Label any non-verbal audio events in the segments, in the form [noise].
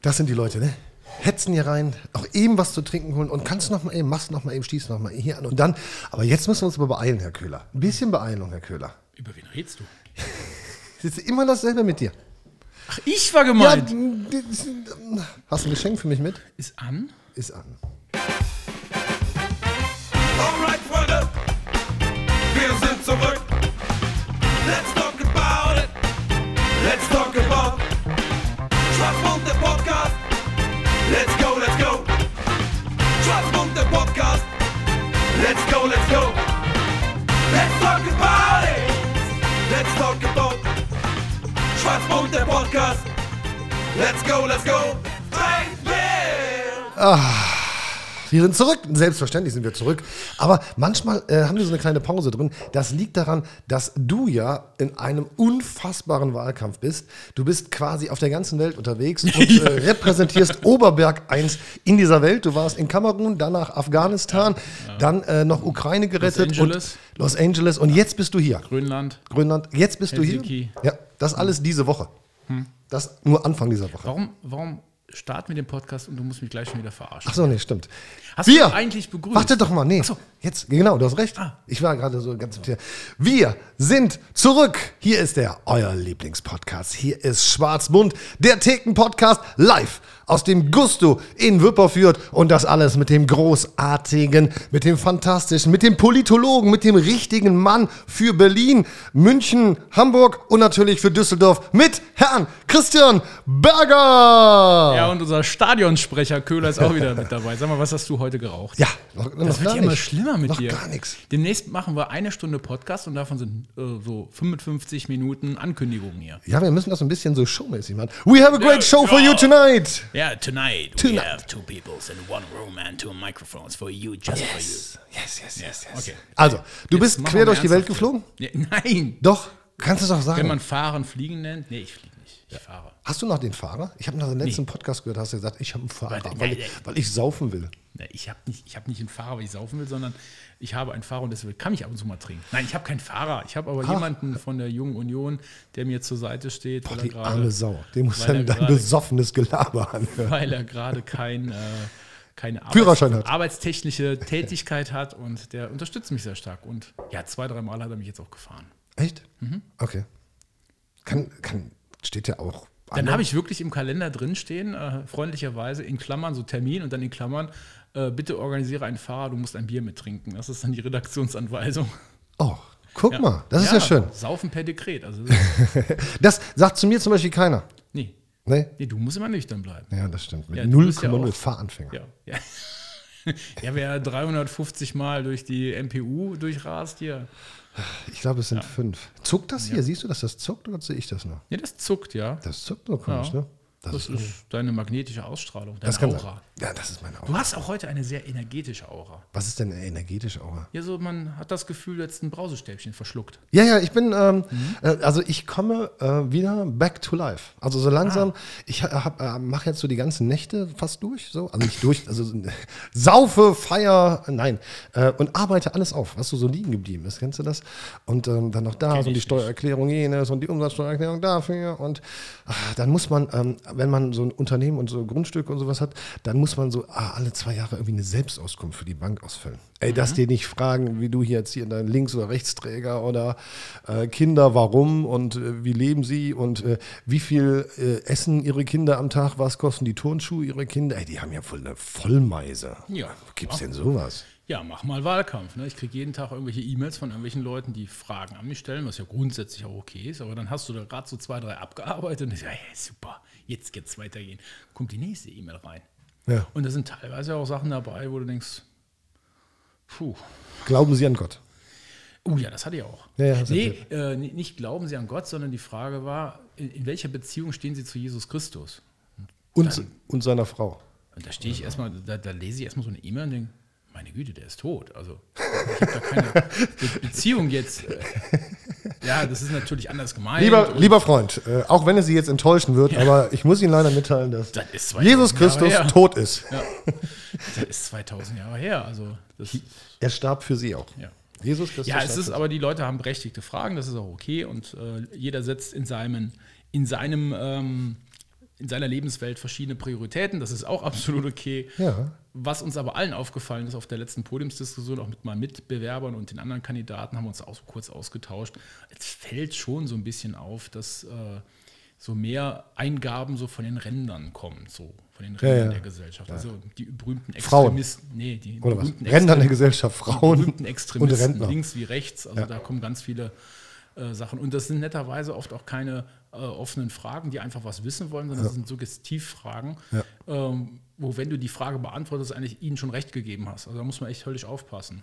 Das sind die Leute, ne? Hetzen hier rein, auch eben was zu trinken holen und kannst noch mal eben, machst noch mal eben, stieß noch mal hier an und dann. Aber jetzt müssen wir uns aber beeilen, Herr Köhler. Ein bisschen Beeilung, Herr Köhler. Über wen redest du? Es ist immer dasselbe mit dir. Ach, ich war Ja, gemeint. das- hast du ein Geschenk für mich mit? Ist an? Ist an. Alright, Freunde, wir sind zurück. Let's talk about it. Let's talk about Schwarzmund, der Podcast. Let's go, let's go. Schwarzmund, der Podcast. Let's go, let's go. Let's talk about it. Let's talk about Schwarzmund, der Podcast. Let's go, let's go. Baby! Wir sind zurück. Selbstverständlich sind wir zurück. Aber manchmal äh, haben wir so eine kleine Pause drin. Das liegt daran, dass du ja in einem unfassbaren Wahlkampf bist. Du bist quasi auf der ganzen Welt unterwegs [laughs] und äh, repräsentierst Oberberg 1 in dieser Welt. Du warst in Kamerun, danach Afghanistan, dann äh, noch Ukraine gerettet. Angeles. Und Los Angeles. Und jetzt bist du hier. Grönland. Grönland. Jetzt bist Helsinki. Hm. du hier. Ja, das alles diese Woche. Das nur Anfang dieser Woche. Warum, warum starten wir den Podcast und du musst mich gleich schon wieder verarschen? Ach so, nee, stimmt. Hast du ihn eigentlich begrüßt? Warte doch mal, nee. Ach so. Jetzt, genau, du hast recht. Ah. Ich war gerade so ganz im Tier. Wir sind zurück. Hier ist der euer Lieblingspodcast. Hier ist Schwarzbund, der Theken-Podcast live aus dem Gusto in Wipperfürth und das alles mit dem großartigen, mit dem fantastischen, mit dem Politologen, mit dem richtigen Mann für Berlin, München, Hamburg und natürlich für Düsseldorf mit Herrn Christian Berger. Ja, und unser Stadionsprecher Köhler ist auch wieder mit dabei. Sag mal, was hast du heute geraucht? Ja, noch, noch Das wird gar ja immer nicht. schlimmer mit noch dir. gar nichts. Demnächst machen wir eine Stunde Podcast und davon sind äh, so 55 Minuten Ankündigungen hier. Ja, wir müssen das ein bisschen so showmäßig machen. We have a great show for you tonight. Ja, tonight, Tonight. have two people in one room and two microphones for you, just yes, yes, yes, yes. Okay. Also, du bist machen quer wir durch die Welt ernsthaft geflogen? hier. Ja, [laughs] nein. Doch, kannst du doch sagen. Wenn man fahren, fliegen nennt. Nee, ich fliege nicht. Ich fahre. hast du noch den Fahrer? Ich habe nach dem letzten Podcast gehört, hast du gesagt, ich habe einen Fahrer, Warte, weil, ja, ja. ich, weil ich saufen will. Nee, Ich habe nicht, ich hab nicht einen Fahrer, weil ich saufen will, sondern ich habe einen Fahrer und deswegen kann ich ab und zu mal trinken. Nein, ich habe keinen Fahrer. Ich habe aber jemanden von der Jungen Union, der mir zur Seite steht, weil, er Die gerade- arme Sau. Dem muss weil er dann dein gerade- besoffenes Gelaber anhören. weil er gerade kein, äh, keine Arbeits Führerschein hat. arbeitstechnische Tätigkeit hat und der unterstützt mich sehr stark. Und ja, zwei, dreimal hat er mich jetzt auch gefahren. Echt? Okay. Kann, kann, steht ja auch. Dann habe ich wirklich im Kalender drinstehen, äh, freundlicherweise in Klammern, so Termin und dann in Klammern, äh, bitte organisiere einen Fahrer, du musst ein Bier mittrinken. Das ist dann die Redaktionsanweisung. Oh, guck mal, das ist ja schön. Saufen per Dekret. Also, das ist- Das sagt zu mir zum Beispiel keiner. nee, Nee? nee, du musst immer nüchtern bleiben. Ja, das stimmt. Mit Ja, du bist ja 0,0 auch- Fahranfänger. Ja. ja. [laughs] Ja, wer 350 Mal durch die MPU durchrast hier. Ich glaube, es sind fünf. Zuckt das hier? Siehst du, dass das zuckt oder sehe ich das nur? Ja, das zuckt, ja. Das zuckt nur komisch, Ja. ne? Das, Das ist, ist deine magnetische Ausstrahlung, deine das kann sein. Aura. Ja, das ist meine Aura. Du hast auch heute eine sehr energetische Aura. Was ist denn eine energetische Aura? Ja, so man hat das Gefühl, jetzt ein Brausestäbchen verschluckt. Ja, ja, ich bin, ähm, Mhm. äh, also ich komme äh, wieder back to life. Also so langsam, Ah. ich hab, äh, mache jetzt so die ganzen Nächte fast durch, so, also nicht durch, also so- [laughs] saufe, feier, nein, äh, und arbeite alles auf, was so, so liegen geblieben ist, kennst du das? Und ähm, dann noch das und die ich Steuererklärung jenes und die Umsatzsteuererklärung dafür und ach, dann muss man, ähm, wenn man so ein Unternehmen und so Grundstücke und sowas hat, dann muss man so ah, alle zwei Jahre irgendwie eine Selbstauskunft für die Bank ausfüllen. Ey, dass die nicht fragen, wie du hier jetzt hier deinen Links- oder Rechtsträger oder äh, Kinder, warum und äh, wie leben sie und äh, wie viel äh, essen ihre Kinder am Tag, was kosten die Turnschuhe ihrer Kinder. Ey, die haben ja voll eine Vollmeise. Ja. Wo gibt's denn sowas? Ja, mach mal Wahlkampf. Ne? Ich kriege jeden Tag irgendwelche E-Mails von irgendwelchen Leuten, die Fragen an mich stellen, was ja grundsätzlich auch okay ist. Aber dann hast du da gerade so zwei, drei abgearbeitet und ich sage, hey, super, jetzt geht's weitergehen. Kommt die nächste E-Mail rein. Ja. Und da sind teilweise auch Sachen dabei, wo du denkst, puh, Glauben sie an Gott? Oh ja, das hatte ich auch. Ja, ja, das nee, äh, n- nicht glauben Sie an Gott, sondern die Frage war, in, in welcher Beziehung stehen Sie zu Jesus Christus? Und, und seiner Frau. Und da stehe ich erstmal, da, da lese ich erstmal so eine E-Mail und denke, meine Güte, der ist tot. Also ich habe da keine Be Beziehung jetzt. Äh, ja, das ist natürlich anders gemeint. Lieber, und lieber Freund, äh, auch wenn es Sie jetzt enttäuschen wird, aber ich muss Ihnen leider mitteilen, dass Das ist 2000 Jesus Jahre Christus her. tot ist. das ist 2000 Jahre her. Also das, Er starb für Sie auch. ja. Jesus Christus. Ja, es starb ist für aber, die Leute haben berechtigte Fragen, das ist auch okay und äh, jeder setzt in seinem, in seinem, ähm, in seiner Lebenswelt verschiedene Prioritäten. Das ist auch [laughs] absolut okay. Ja. Was uns aber allen aufgefallen ist auf der letzten Podiumsdiskussion, auch mit meinen Mitbewerbern und den anderen Kandidaten, haben wir uns auch so kurz ausgetauscht. Es fällt schon so ein bisschen auf, dass äh, so mehr Eingaben so von den Rändern kommen, so von den Rändern ja. der Gesellschaft. Also die berühmten Frauen. Extremisten. Nee, die Oder was? berühmten Ränder der Extremisten Gesellschaft, die Frauen berühmten und Extremisten, Rentner. links wie rechts. Also da kommen ganz viele äh, Sachen. Und das sind netterweise oft auch keine äh, offenen Fragen, die einfach was wissen wollen, sondern das sind Suggestivfragen, ähm, wo, wenn du die Frage beantwortest, eigentlich ihnen schon recht gegeben hast. Also da muss man echt höllisch aufpassen.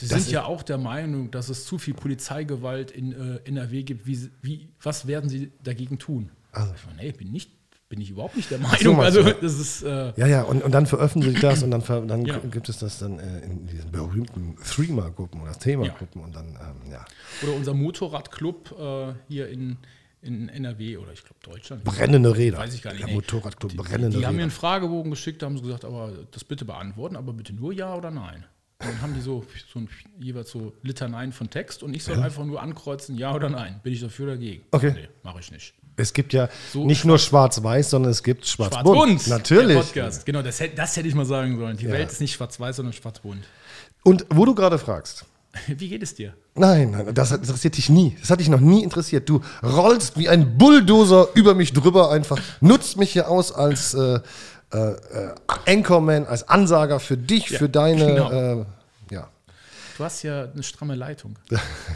Sie sind ja auch der Meinung, dass es zu viel Polizeigewalt in äh, NRW gibt. Wie, wie, was werden sie dagegen tun? Ich meine, nee, bin nicht. Bin ich überhaupt nicht der Meinung. Also. meinst du, Also, ja. das ist. Äh, Ja, ja, und, und dann veröffentlicht das und dann, ver, dann Ja. gibt es das dann äh, in diesen berühmten Threema-Gruppen oder Thema-Gruppen und dann, ähm, ja. Oder unser Motorradclub äh, hier in, in NRW oder ich glaube Deutschland. Brennende Räder. Weiß ich gar nicht. Der nee. Motorradclub, die, brennende Die, die haben mir Räder. einen Fragebogen geschickt, da haben sie gesagt, aber das bitte beantworten, aber bitte nur ja oder nein. Und dann haben die so, so ein, jeweils so Litaneien von Text und ich soll einfach nur ankreuzen, ja oder nein. Bin ich dafür oder dagegen? Okay. Nee, mache ich nicht. Es gibt ja So nicht nur schwarz-weiß, sondern es gibt schwarz-bunt. Der Natürlich. Podcast. Genau, das, hätte- das hätte ich mal sagen sollen. Die Welt ist nicht schwarz-weiß, sondern schwarz-bunt. [laughs] Und wo du gerade fragst, Wie geht es dir? Nein, nein, das hat- interessiert dich nie. Das hat dich noch nie interessiert. Du rollst wie ein Bulldozer über mich drüber einfach, nutzt mich hier aus als äh, äh, äh, Anchorman, als Ansager für dich, für deine. genau. Äh, ja. Du hast ja eine [laughs] stramme Leitung.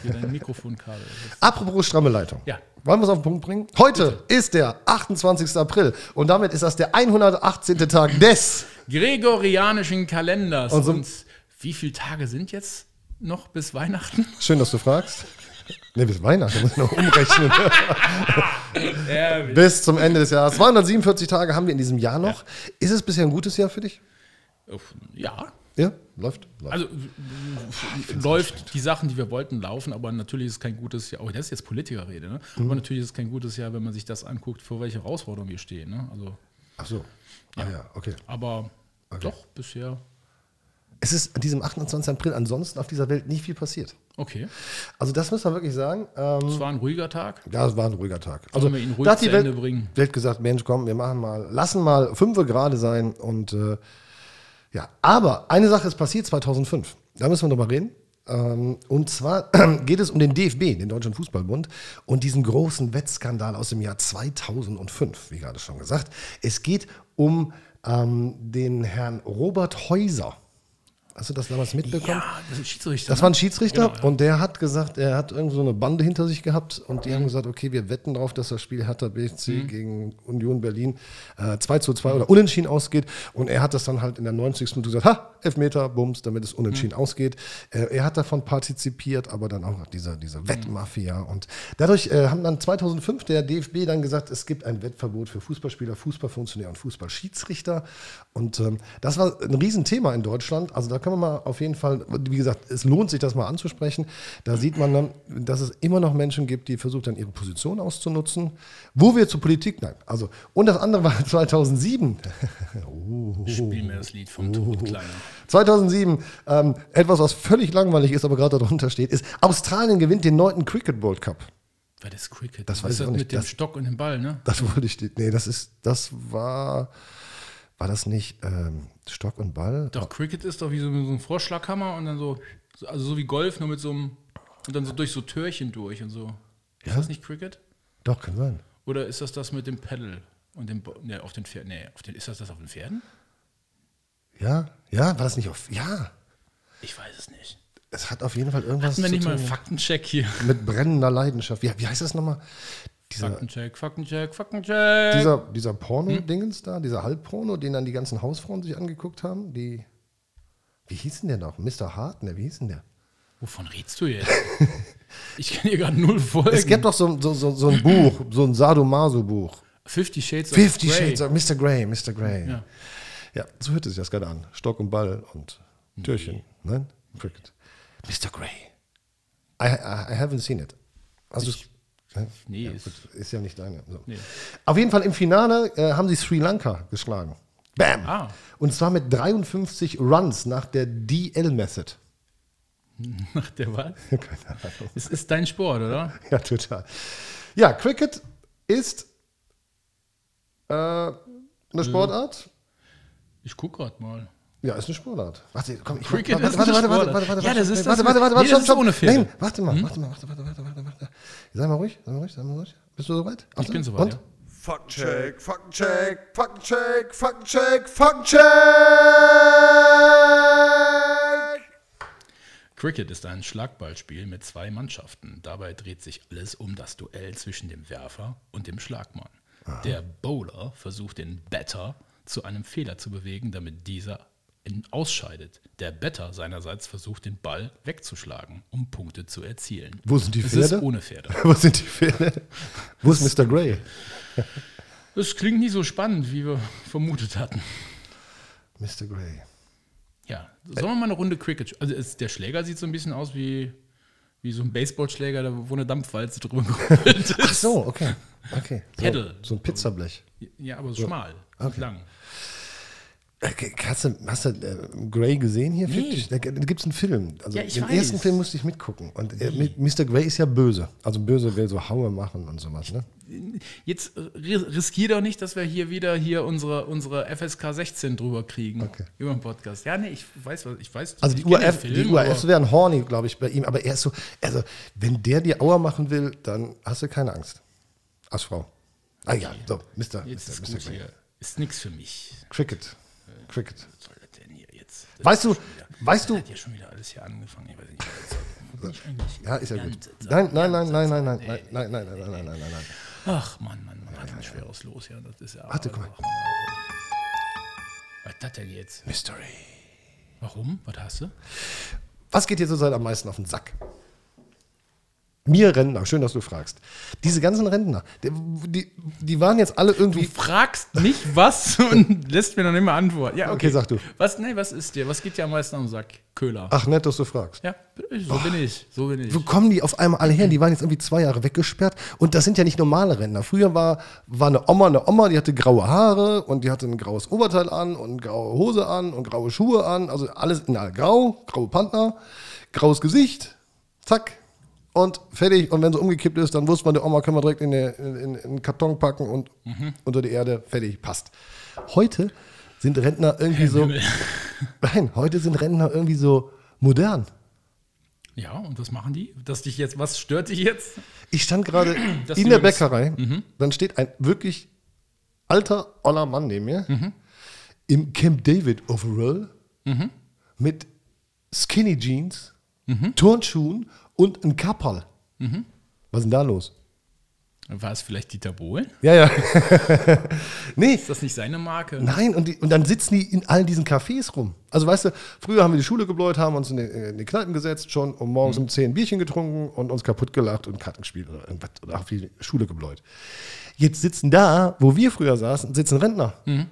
Hier dein Mikrofonkabel. Das- Apropos stramme Leitung. Ja. Wollen wir es auf den Punkt bringen? Heute ist der 28. April und damit ist das der 118. Tag des. gregorianischen Kalenders. Und so- und wie viele Tage sind jetzt noch bis Weihnachten? Schön, dass du fragst. Ne, bis Weihnachten muss ich noch umrechnen. bis zum Ende des Jahres. 247 Tage haben wir in diesem Jahr noch. Ist es bisher ein gutes Jahr für dich? Ja. Ja, läuft. läuft. Also läuft die Sachen, die wir wollten, laufen, aber natürlich ist es kein gutes Jahr. Oh, das ist jetzt Politikerrede, ne? Mhm. Aber natürlich ist es kein gutes Jahr, wenn man sich das anguckt, vor welche Herausforderungen wir stehen. Ne? Also, Ach so. Ja. Ah, ja, okay. aber doch bisher. Es ist an diesem 28. April ansonsten auf dieser Welt nicht viel passiert. Okay. Also das muss man wirklich sagen. Ähm, Es war ein ruhiger Tag. ja, es war ein ruhiger Tag. Also wir ihn ruhig da hat zu die Welt, Ende bringen. Welt gesagt, Mensch, komm, wir machen mal, lassen mal fünfe gerade sein und äh, ja. Aber eine Sache ist passiert 2005. Da müssen wir drüber reden. Ähm, und zwar [clears throat] geht es um den DFB, den Deutschen Fußballbund, und diesen großen Wettskandal aus dem Jahr 2005, wie gerade schon gesagt. Es geht um ähm, den Herrn Robert Häuser. Hast du das damals mitbekommen? das ist ein Schiedsrichter. Das ne? war ein Schiedsrichter Genau, und der hat gesagt, er hat irgend so eine Bande hinter sich gehabt und die haben gesagt, okay, wir wetten darauf, dass das Spiel Hertha Mhm. BSC gegen Union Berlin äh, 2 zu 2 oder unentschieden ausgeht und er hat das dann halt in der 90. Minute gesagt, ha, Elfmeter, Bums, damit es unentschieden Mhm. ausgeht. Äh, er hat davon partizipiert, aber dann auch dieser, dieser Wettmafia und dadurch äh, haben dann 2005 der DFB dann gesagt, es gibt ein Wettverbot für Fußballspieler, Fußballfunktionäre und Fußballschiedsrichter und ähm, das war ein Riesenthema in Deutschland, also da können wir mal auf jeden Fall, wie gesagt, es lohnt sich das mal anzusprechen, da sieht man dann, dass es immer noch Menschen gibt, die versucht dann ihre Position auszunutzen, wo wir zur Politik, nein, also und das andere war [laughs] 2007, Oh. Spiel mir das Lied vom Tod, Kleiner. 2007, ähm, etwas, was völlig langweilig ist, aber gerade darunter steht, ist, Australien gewinnt den neunten Cricket World Cup. War das Cricket? Das weiß ich ist auch nicht. Mit dem Das- Stock und dem Ball, ne? Das wollte ich. nicht- Nee, das ist. Das war. War das nicht ähm, Stock und Ball? Doch, Cricket ist doch wie so, so ein Vorschlaghammer und dann so, so- also so wie Golf, nur mit so einem, und dann so durch so Türchen durch und so. Ist das nicht Cricket? Doch, kann sein. Oder ist das das mit dem Pedal und dem, Bo- ne, auf den Pferden, ne, auf den, ist das das auf den Pferden? Ja? Ja, war das nicht auf. Ja. Ich weiß es nicht. Es hat auf jeden Fall irgendwas Hatten wir zu nicht mal einen tun Faktencheck hier? mit brennender Leidenschaft. Wie, wie heißt das nochmal? Dieser, Faktencheck, Faktencheck, Faktencheck. dieser, Hm? dieser Porno-Dingens da, dieser Halbporno, den dann die ganzen Hausfrauen sich angeguckt haben, die. Wie hieß denn der noch? Mr. Hart, ne? Wie hieß denn der? Wovon redest du jetzt? [laughs] ich kann hier gerade null folgen. Es gibt doch so, so, so, so ein Buch, so ein Sadomaso-Buch. 50 Shades Fifty Grey. Shades of Mr. Grey, Mr. Grey. Ja. Ja. so hört sich das gerade an. Stock und Ball und Türchen. Nein? Cricket. Mr. Grey. I, I, I haven't seen it. Hast du's- ne? Nee, ja, ist- gut, ist ja nicht deine. So. Nee. Auf jeden Fall im Finale äh, haben sie Sri Lanka geschlagen. Bam! Ah. Und zwar mit 53 Runs nach der [laughs] DL-Method. [laughs] Nach der was? Es ist dein Sport, oder? Ja, total. Ja, Cricket ist Äh, eine Sportart? Ich guck gerade mal. Ja, ist eine Sportart. Warte, komm, ich Cricket warte, ist warte, warte, eine warte, Sportart. warte, warte, Ja, das ist warte, das- warte, warte, warte, nee, das stopp, ist stopp. ohne Hm? Fehde. Nein, warte mal, warte mal, warte, warte, warte, warte, warte. Sei mal ruhig, sei mal ruhig, sei mal ruhig. Bist du soweit? Ich bin soweit. Und? Ja. Faktencheck, Faktencheck, Faktencheck, Faktencheck, Faktencheck! Cricket ist ein Schlagballspiel mit zwei Mannschaften. Dabei dreht sich alles um das Duell zwischen dem Werfer und dem Schlagmann. Der Bowler versucht den Batter zu einem Fehler zu bewegen, damit dieser ihn ausscheidet. Der Batter seinerseits versucht den Ball wegzuschlagen, um Punkte zu erzielen. Wo sind die es Pferde? Ist ohne Pferde. [laughs] Wo sind die Pferde? Wo ist Mr. Grey? Es klingt nicht so spannend, wie wir [laughs] vermutet hatten. Mr. Grey. Ja, sollen wir mal eine Runde Cricket? sch- Also es- der Schläger sieht so ein bisschen aus wie, wie so ein Baseballschläger, da wo eine Dampfwalze drüber [laughs] gerollt ist. Ach so, okay. Okay. So, Paddle. so ein Pizzablech. Ja, aber so schmal und Okay. lang. Okay, Hast du, hast du äh, Grey gesehen hier? Nee. Da gibt es einen Film. Also Ja, ich den weiß. ersten Film musste ich mitgucken. Und äh, mit- Mr. Grey ist ja böse. Also böse will so Haue machen und sowas. Ne? Jetzt äh, ri- riskier doch nicht, dass wir hier wieder hier unsere, unsere FSK 16 drüber kriegen. Okay. Über den Podcast. Ja, nee, ich weiß was. Ich weiß, Also ich die kenn den URF, Film, die aber- URFs wären horny, glaube ich, bei ihm. Aber er ist so, also wenn der dir Auer machen will, dann hast du keine Angst. Als Frau. Ah ja, so, Mr. Jetzt ist Mr. gut hier. Ist nix für mich. Cricket. Cricket. Was soll Äh, das denn hier jetzt? Das Weißt du, ist schon wieder- weißt du, Hat ja schon wieder alles hier angefangen. Ich weiß nicht. wo bin ich eigentlich? ja, ist ja gut. Ganze Zeit. Nein, nein, nein, nein, nein, nein, nein, nein, nein, nein, nein, nein, nein, nein, nein. Ach, Mann, Mann, Mann, hat ein schweres Los. Ja, das ist ja. Warte, guck mal. Was hat denn jetzt? Mystery. Warum? Was hast du? Was geht dir zurzeit am meisten auf den Sack? Mir Rentner, schön, dass du fragst. Diese ganzen Rentner, die, die, die waren jetzt alle Du irgendwie. fragst nicht was [laughs] und lässt mir noch nicht mal antworten. Ja, okay. Okay, sag du. Was, nee, was ist dir? Was geht dir am meisten am Sack? Köhler. Ach, nett, dass du fragst. Ja, so bin ich. So bin ich. Wo kommen die auf einmal alle her? Die waren jetzt irgendwie zwei Jahre weggesperrt. Und das sind ja nicht normale Rentner. Früher war, war eine Oma eine Oma, die hatte graue Haare und die hatte ein graues Oberteil an und graue Hose an und graue Schuhe an. Also alles in all grau, graue Panther, graues Gesicht, zack. Und fertig. Und wenn sie umgekippt ist, dann wusste man, der Oma können wir direkt in, eine, in, in einen Karton packen und unter die Erde. Fertig, passt. Heute sind Rentner irgendwie so. [laughs] Nein, heute sind Rentner irgendwie so modern. Ja, und was machen die? Dass dich jetzt, was stört dich jetzt? Ich stand gerade Dass in du der übrigens- Bäckerei, dann steht ein wirklich alter, oller Mann neben mir im Camp David Overall mit Skinny Jeans, Turnschuhen und ein Kapperl. Was ist denn da los? War es vielleicht Dieter Bohlen? Ja, ja. [laughs] nee, Ist das nicht seine Marke? Nein, und, die, und dann sitzen die in all diesen Cafés rum. Also weißt du, früher haben wir die Schule gebläut, haben uns in die, in die Kneipen gesetzt schon und morgens Mhm. um 10 Bierchen getrunken und uns kaputt gelacht und Karten gespielt oder irgendwas oder auf die Schule gebläut. Jetzt sitzen da, wo wir früher saßen, sitzen Rentner. Mhm.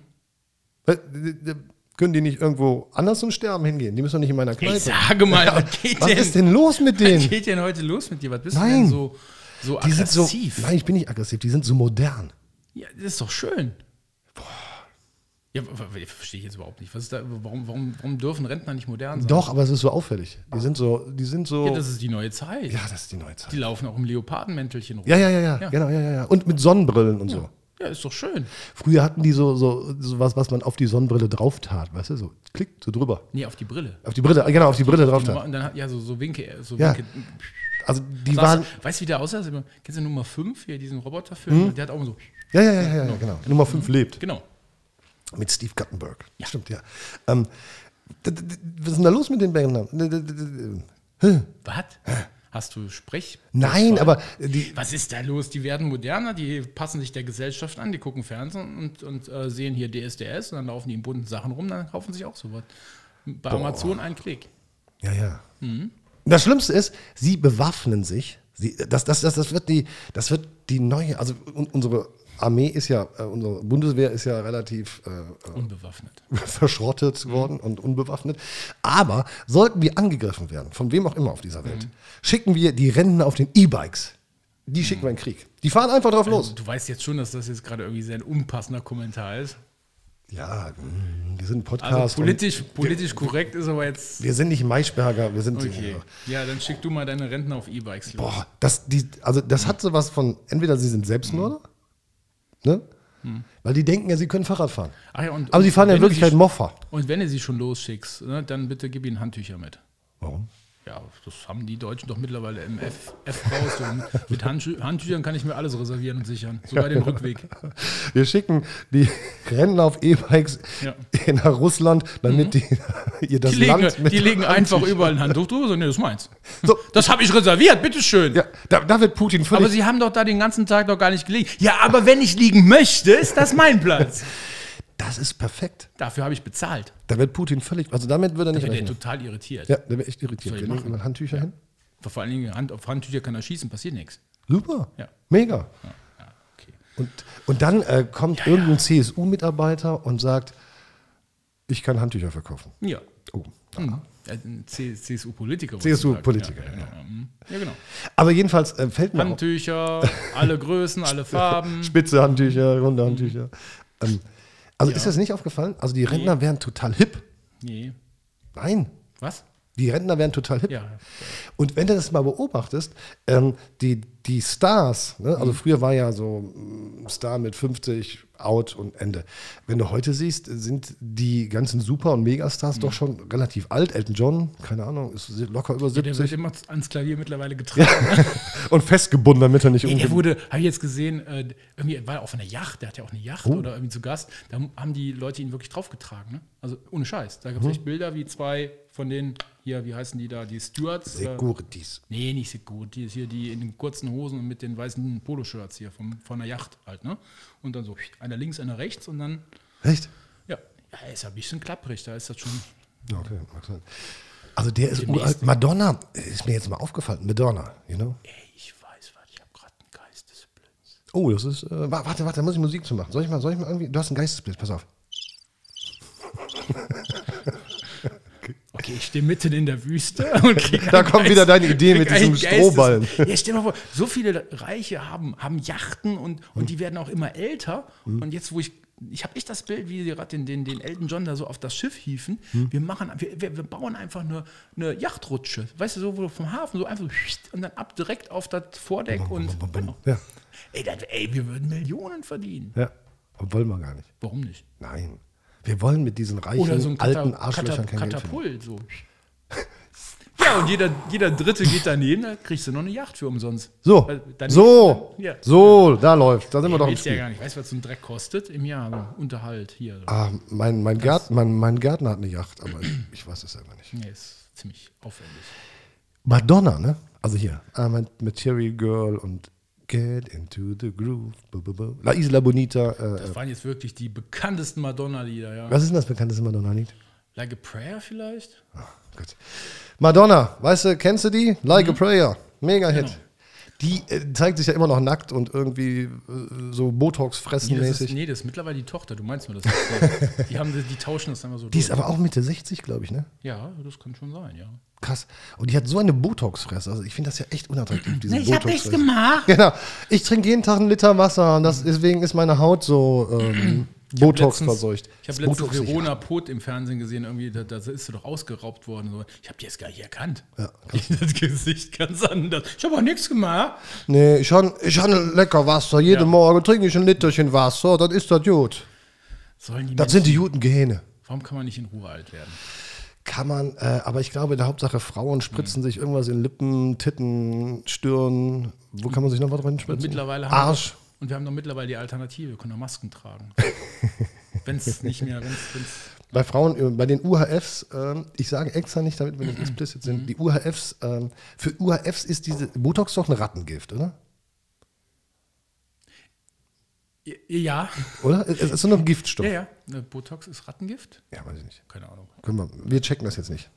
Äh, d- d- Können die nicht irgendwo anders zum Sterben hingehen? Die müssen doch nicht in meiner Kneipe. Ich sage mal, was geht Was denn? ist denn los [laughs] mit was denen? geht denn heute los mit dir? Was bist du Nein. denn so, so Die sind so. aggressiv? Nein, ich bin nicht aggressiv, die sind so modern. ja, das ist doch schön. Ja, w- w- verstehe ich jetzt überhaupt nicht. Was ist da, warum, warum, warum dürfen Rentner nicht modern sein? Doch, aber es ist so auffällig. Die sind so, die sind so. Ja, das ist die neue Zeit. ja, das ist die neue Zeit. Die laufen auch im Leopardenmäntelchen rum. Ja, ja, ja, ja, Ja. genau, ja, ja, ja. Und mit Sonnenbrillen und so. ja, ist doch schön. Früher hatten die so, so, so was, was man auf die Sonnenbrille drauf tat, weißt du, so klick, so drüber. Nee, auf die Brille. Auf die Brille, äh, genau, auf die Brille drauf tat. Und dann hat, ja, so, so Winke, äh, so Ja. Winke, Also die Saß- waren, weißt du, wie der aussah? Also, Kennst du Nummer 5 hier, diesen Roboterfilm? Hm? Der hat auch immer so. ja, ja, ja, ja, ja genau. Nummer 5 lebt. Genau. Mit Steve Guttenberg. Stimmt, ja. Ähm, d- d- d- was ist denn da los mit den Bändern? D- d- d- d- Was? Hast du Sprech? Nein, aber die, Was ist da los? Die werden moderner, die passen sich der Gesellschaft an, die gucken Fernsehen und, und äh, sehen hier DSDS und dann laufen die in bunten Sachen rum, dann kaufen sich auch sowas. Bei Amazon ein Klick. Ja, ja. Das Schlimmste ist, sie bewaffnen sich. Sie, das, das, das, das, wird die, das wird die neue, also un, unsere Armee ist ja, äh, unsere Bundeswehr ist ja relativ äh, Unbewaffnet. [laughs] verschrottet Mhm. worden und unbewaffnet. Aber sollten wir angegriffen werden, von wem auch immer auf dieser Mhm. Welt, schicken wir die Rentner auf den E-Bikes. Die Mhm. schicken wir in den Krieg. Die fahren einfach drauf los. Du weißt jetzt schon, dass das jetzt gerade irgendwie sehr ein unpassender Kommentar ist. Ja, mh, wir sind ein Podcast. Also und politisch, politisch korrekt ist aber jetzt. Wir sind nicht Maischberger, wir sind Okay. Ja, dann schick du mal deine Rentner auf E-Bikes los. Mhm. Boah, das, die, also das hat sowas von, entweder sie sind Selbstmörder, ne? Weil die denken ja, sie können Fahrrad fahren. Ach ja, und, Aber sie fahren ja Also wenn in du Wirklichkeit sie- Moffa. Und wenn du sie schon losschickst, ne, dann bitte gib ihnen Handtücher mit. Warum? Ja, das haben die Deutschen doch mittlerweile im F, F raus. Und mit Handschü Handtüchern kann ich mir alles reservieren und sichern. Sogar den Rückweg. Wir schicken die Rennen auf E-Bikes Ja. Mhm. nach Russland, damit die, [laughs] ihr [laughs] das Die legen, Land mit. die legen einfach überall ein Handtuch drüber. So, nee, das ist meins. So. Das habe ich reserviert, bitteschön. ja, da, da wird Putin völlig. Aber sie haben doch da den ganzen Tag noch gar nicht gelegen. Ja, aber wenn ich liegen möchte, ist das mein [laughs] Platz. das ist perfekt. Dafür habe ich bezahlt. Da wird Putin völlig. Also damit würde er nicht Ich bin ja rechnen. total irritiert. Ja, der wäre echt irritiert. Soll Wir ich legen machen? mal Handtücher hin. Vor allen Dingen, Hand, auf Handtücher kann er schießen, passiert nichts. Super. Ja. Mega. Ja, okay. Und, und dann äh, kommt irgendein CSU-Mitarbeiter und sagt, ich kann Handtücher verkaufen. Ja. Oh. Hm. Ja, ein C- CSU-Politiker. wollte ich sagen. CSU-Politiker. Ja, ja, ja. Mhm. ja, genau. Aber jedenfalls äh, fällt mir auf, Handtücher, alle Größen, alle Farben. spitze Handtücher, runde Handtücher. Ähm, also ist das nicht aufgefallen? Also die Rentner wären total hip. Nee. Nein, Was? die Rentner wären total hip. Ja. Und wenn du das mal beobachtest, ähm, die, die Stars, ne? Mhm. also früher war ja so mm, Star mit 50, out und Ende. Wenn du heute siehst, sind die ganzen Super- und Megastars Mhm. doch schon relativ alt. Elton John, keine Ahnung, ist locker über Der wird 70 immer ans Klavier mittlerweile getragen. und festgebunden, damit er nicht Nee, der umgeht. wurde, habe ich jetzt gesehen, äh, irgendwie war er auf einer Yacht, der hat ja auch eine Yacht oder irgendwie zu Gast. Da haben die Leute ihn wirklich draufgetragen. Ne? Also ohne Scheiß. Da gab es echt Bilder wie zwei von den, hier, wie heißen die da, die Stewards? oder- Securities. Nee, nicht so gut. Die ist hier die in den kurzen Hosen und mit den weißen Poloshirts hier vom, von der Yacht halt, ne? Und dann so, einer links, einer rechts und dann, Echt? ja, ja ist ja ein bisschen klapprig, da ist das schon. Ja, okay, mag sein. Also der ist Demnächst. uralt. Madonna, ist mir jetzt mal aufgefallen. Madonna, you know? Ey, ich weiß was, ich habe gerade einen Geistesblitz. Oh, das ist. Äh, wa- warte, warte, da muss ich Musik zu machen. Soll ich mal, soll ich mal irgendwie. Du hast einen Geistesblitz, pass auf. Okay, ich stehe mitten in der [laughs] Wüste und krieg Da einen kommen Geist- wieder deine Ideen mit krieg einen diesem Strohballen. Geistes- [laughs] Ja, stell mal vor, so viele Reiche haben, haben Yachten und, und die werden auch immer älter. Und jetzt, wo ich, ich habe echt das Bild, wie sie gerade den, den, den Elton John da so auf das Schiff hiefen. Wir machen, wir, wir, wir bauen einfach eine, eine Yachtrutsche. Weißt du, so wo du vom Hafen so einfach [laughs] so und dann ab direkt auf das Vordeck und. Genau. Ja, Ey, das, ey, wir würden Millionen verdienen. ja. Aber wollen wir gar nicht. Warum nicht? Nein. Wir wollen mit diesen reichen, Oder so ein Kata alten Arschlöchern Kata kein Geld verdienen. Katapult. So. Ja, und jeder, jeder Dritte geht daneben, da kriegst du noch eine Yacht für umsonst. So, Weil dann- so, dann- ja. so, da läuft, da sind wir Ich doch im weiß ja Spiel. gar nicht, weißt du, was so ein Dreck kostet im Jahr? So, Unterhalt hier. Ah, mein, mein, Gart, mein, mein Gärtner hat eine Yacht, aber ich, ich weiß es selber nicht. Nee, ist ziemlich aufwendig. Äh. Madonna, ne? Also hier, I'm a Material Girl und Get into the Groove. bu, bu, bu. La Isla Bonita. Äh, Das waren jetzt wirklich die bekanntesten Madonna-Lieder, ja. was ist denn das bekannteste Madonna-Lied? Ah, Like a Prayer vielleicht? Gut. Madonna, weißt du, kennst du die? Like a Prayer, Mega-Hit. Die äh, zeigt sich ja immer noch nackt und irgendwie äh, so Nee das, ist, Botox-fressen-mäßig. nee, das ist mittlerweile die Tochter, du meinst nur das. [laughs] Ist, die, haben, die tauschen das einfach so. Die ist aber auch Mitte 60, glaube ich, ne? ja, das kann schon sein, ja. Krass. Und die hat so eine Botox-Fresse. Also ich finde das ja echt [clears throat] unattraktiv, diese Ich habe nichts Botox-Fresse. gemacht. [laughs] Genau. Ich trinke jeden Tag einen Liter Wasser und das, deswegen ist meine Haut so ähm, Botox verseucht. Ich habe Ist letztens Botox nicht- Verona Pot im Fernsehen gesehen, irgendwie, da, da ist sie doch ausgeraubt worden. So. Ich habe die jetzt gar nicht erkannt. Ja, [laughs] das Gesicht ganz anders. Ich habe auch nichts gemacht. Nee, ich habe ich hab lecker Wasser. Jeden Ja. Morgen trinke ich ein Literchen Wasser, dann ist das gut. Sollen die Das Menschen- sind die guten Gene. Warum kann man nicht in Ruhe alt werden? Kann man, äh, aber ich glaube, in der Hauptsache Frauen Mhm. spritzen sich irgendwas in Lippen, Titten, Stirn. Wo kann man sich noch was rein spritzen? Mittlerweile haben Arsch. Wir, und wir haben doch mittlerweile die Alternative, wir können doch Masken tragen. [laughs] wenn es nicht mehr, wenn es. Bei Frauen, äh, bei den UHFs, ähm, ich sage extra nicht, damit wir [clears throat] nicht explicit sind, Mhm. die UHFs, ähm, für UHFs ist diese Botox doch ein Rattengift, oder? Ja, Oder? Es es ist so ein Giftstoff. ja, ja. Ne, Botox ist Rattengift? Ja, weiß ich nicht. Keine Ahnung. Können wir, wir checken das jetzt nicht.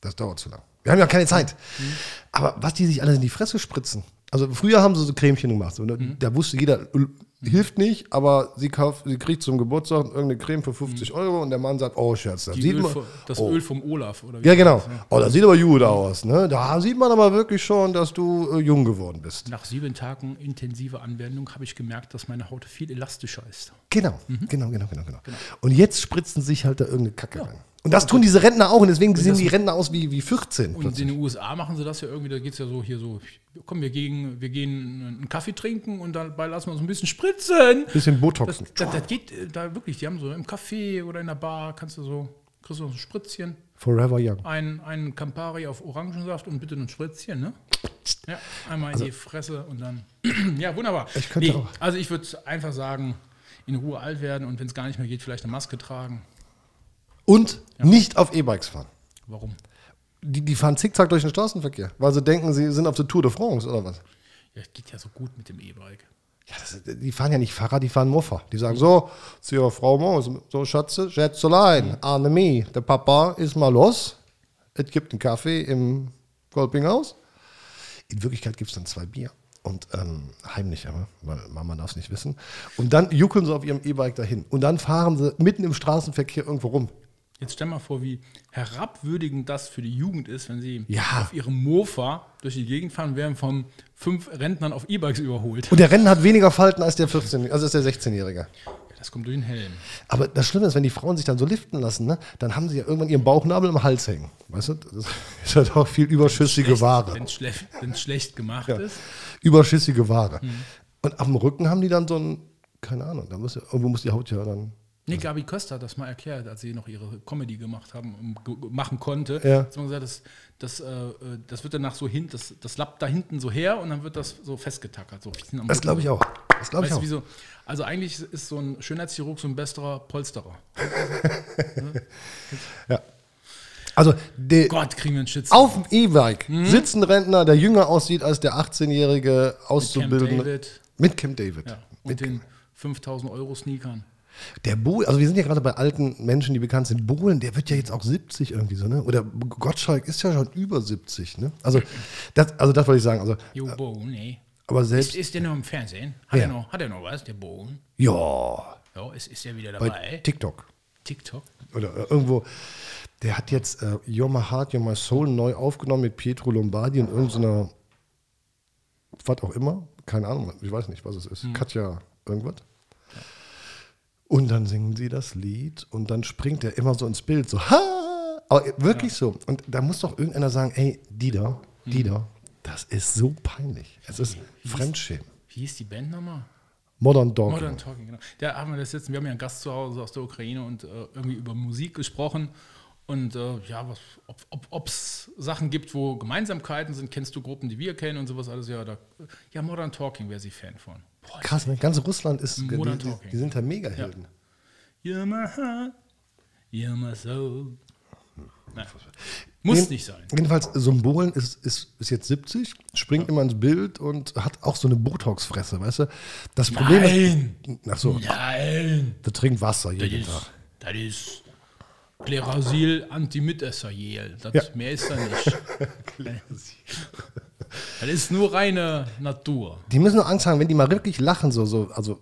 Das dauert zu lang. Wir haben ja keine Zeit. Mhm. Aber was die sich alles in die Fresse spritzen. Also früher haben sie so Cremchen gemacht. So, ne? Mhm. Da wusste jeder, l- hilft nicht, aber sie, kauft, sie kriegt zum Geburtstag irgendeine Creme für 50 Euro und der Mann sagt, oh Scherz, das Mhm. Die sieht Öl man. vo- das oh. Öl vom Olaf, oder wie? Ja, genau. Oh, das sieht aber gut aus. Ne? Da sieht man aber wirklich schon, dass du äh, jung geworden bist. Nach sieben Tagen intensiver Anwendung habe ich gemerkt, dass meine Haut viel elastischer ist. Mhm. Genau. Genau, genau, genau, genau, genau. Und jetzt spritzen sich halt da irgendeine Kacke rein. Und das tun diese Rentner auch und deswegen sehen die Rentner aus wie, wie 14. Und plötzlich. in den USA machen sie das ja irgendwie, da geht es ja so hier so, komm, wir gehen, wir gehen einen Kaffee trinken und dabei lassen wir uns ein bisschen spritzen. Bisschen Das, Botoxen. das, das geht äh, da wirklich, die haben so im Café oder in der Bar, kannst du so, kriegst du so ein Spritzchen, Forever Young. einen, einen Campari auf Orangensaft und bitte ein Spritzchen, ne? Ja, einmal in die Fresse und dann, [clears throat] ja, wunderbar. Also Ich könnte auch. Also ich würde einfach sagen, in Ruhe alt werden und wenn es gar nicht mehr geht, vielleicht eine Maske tragen. Und nicht auf E-Bikes fahren. Warum? Die, die fahren zickzack durch den Straßenverkehr, weil sie denken, sie sind auf der Tour de France oder was. Ja, es geht ja so gut mit dem E-Bike. Ja, das, die fahren ja nicht Fahrrad, die fahren Moffa. Die sagen so, zur Frau Maus, so Schatze, Schätzelein, Annemie, der Papa ist mal los. Es gibt einen Kaffee im Kolpinghaus. In Wirklichkeit gibt es dann zwei Bier. Und ähm, heimlich, aber, weil Mama darf es nicht wissen. Und dann juckeln sie auf ihrem E-Bike dahin. Und dann fahren sie mitten im Straßenverkehr irgendwo rum. Jetzt stell mal vor, wie herabwürdigend das für die Jugend ist, wenn sie Ja. auf ihrem Mofa durch die Gegend fahren, werden von fünf Rentnern auf E-Bikes überholt. Und der Rennen hat weniger Falten als der 14, also als der 16-Jährige. Das kommt durch den Helm. Aber das Schlimme ist, wenn die Frauen sich dann so liften lassen, ne, dann haben sie ja irgendwann ihren Bauchnabel im Hals hängen. Weißt du, das [laughs] ist halt auch viel überschüssige Ware. Wenn es schlecht, wenn's schlecht gemacht ist. Überschüssige Ware. Mhm. Und am Rücken haben die dann so ein, keine Ahnung, da muss, ja- irgendwo muss die Haut ja dann. Nee, Gabi Köster hat das mal erklärt, als sie noch ihre Comedy gemacht haben, um, ge- machen konnte. Ja. Hat sie mal gesagt, das, das, äh, äh, das wird danach so hin, das, das lappt da hinten so her und dann wird das so festgetackert. So. Das glaube ich auch. Das glaube ich Weißt du, auch. wieso? Also eigentlich ist so ein Schönheitschirurg so ein besserer Polsterer. Ja. Also, der, Gott, Mhm. kriegen wir einen Shitstorm. auf dem E-Bike sitzt ein Rentner, der jünger aussieht als der 18-jährige Auszubildende. David. Mit Camp David. Ja, Mit und den 5000 Euro Sneakern. Der Bohlen, also wir sind ja gerade bei alten Menschen, die bekannt sind. Bohlen, der wird ja jetzt auch 70 irgendwie so, ne? Oder Gottschalk ist ja schon über 70, ne? Also das, also das wollte ich sagen. Also, Jo, Bo, nee. aber Ist, selbst, ist der noch im Fernsehen? Hat, Ja. er noch, hat er noch was, der Bohlen? ja, Ja, ist, ist er wieder bei dabei? TikTok TikTok? oder äh, irgendwo. Der hat jetzt äh, You're My Heart, You're My Soul neu aufgenommen mit Pietro Lombardi und irgendeiner, was auch immer, keine Ahnung, ich weiß nicht, was es Mhm. ist. Katja irgendwas. Und dann singen sie das Lied und dann springt er immer so ins Bild, so, ha! Aber wirklich so. Und da muss doch irgendeiner sagen, ey, Dieter, Mhm. Dieter, das ist so peinlich. Es ist Fremdschämen. Wie hieß die Band nochmal? Modern Dog. Modern Talking, genau. Da haben wir das jetzt, wir haben ja einen Gast zu Hause aus der Ukraine und äh, irgendwie über Musik gesprochen. Und äh, ja, was, ob es ob, ob's Sachen gibt, wo Gemeinsamkeiten sind, kennst du Gruppen, die wir kennen und sowas alles, ja, da, ja, Modern Talking wäre sie Fan von. Boah, Krass, ne? Ganz Russland ist, die, Modern die, Talking. die sind da Megahelden. you're my heart, you're my soul. Nein. Muss Jeden- nicht sein. Jedenfalls, Symbolen ist, ist, ist jetzt 70, springt immer ins Bild und hat auch so eine Botox-Fresse, weißt du? Das Problem Nein! ist. Ach so, Nein! der trinkt Wasser jeden Das Tag. ist, das ist Glerasil Antimitesserjel. Das Ja. mehr ist da nicht. [laughs] das ist nur reine Natur. Die müssen nur Angst haben, wenn die mal wirklich lachen, so, so also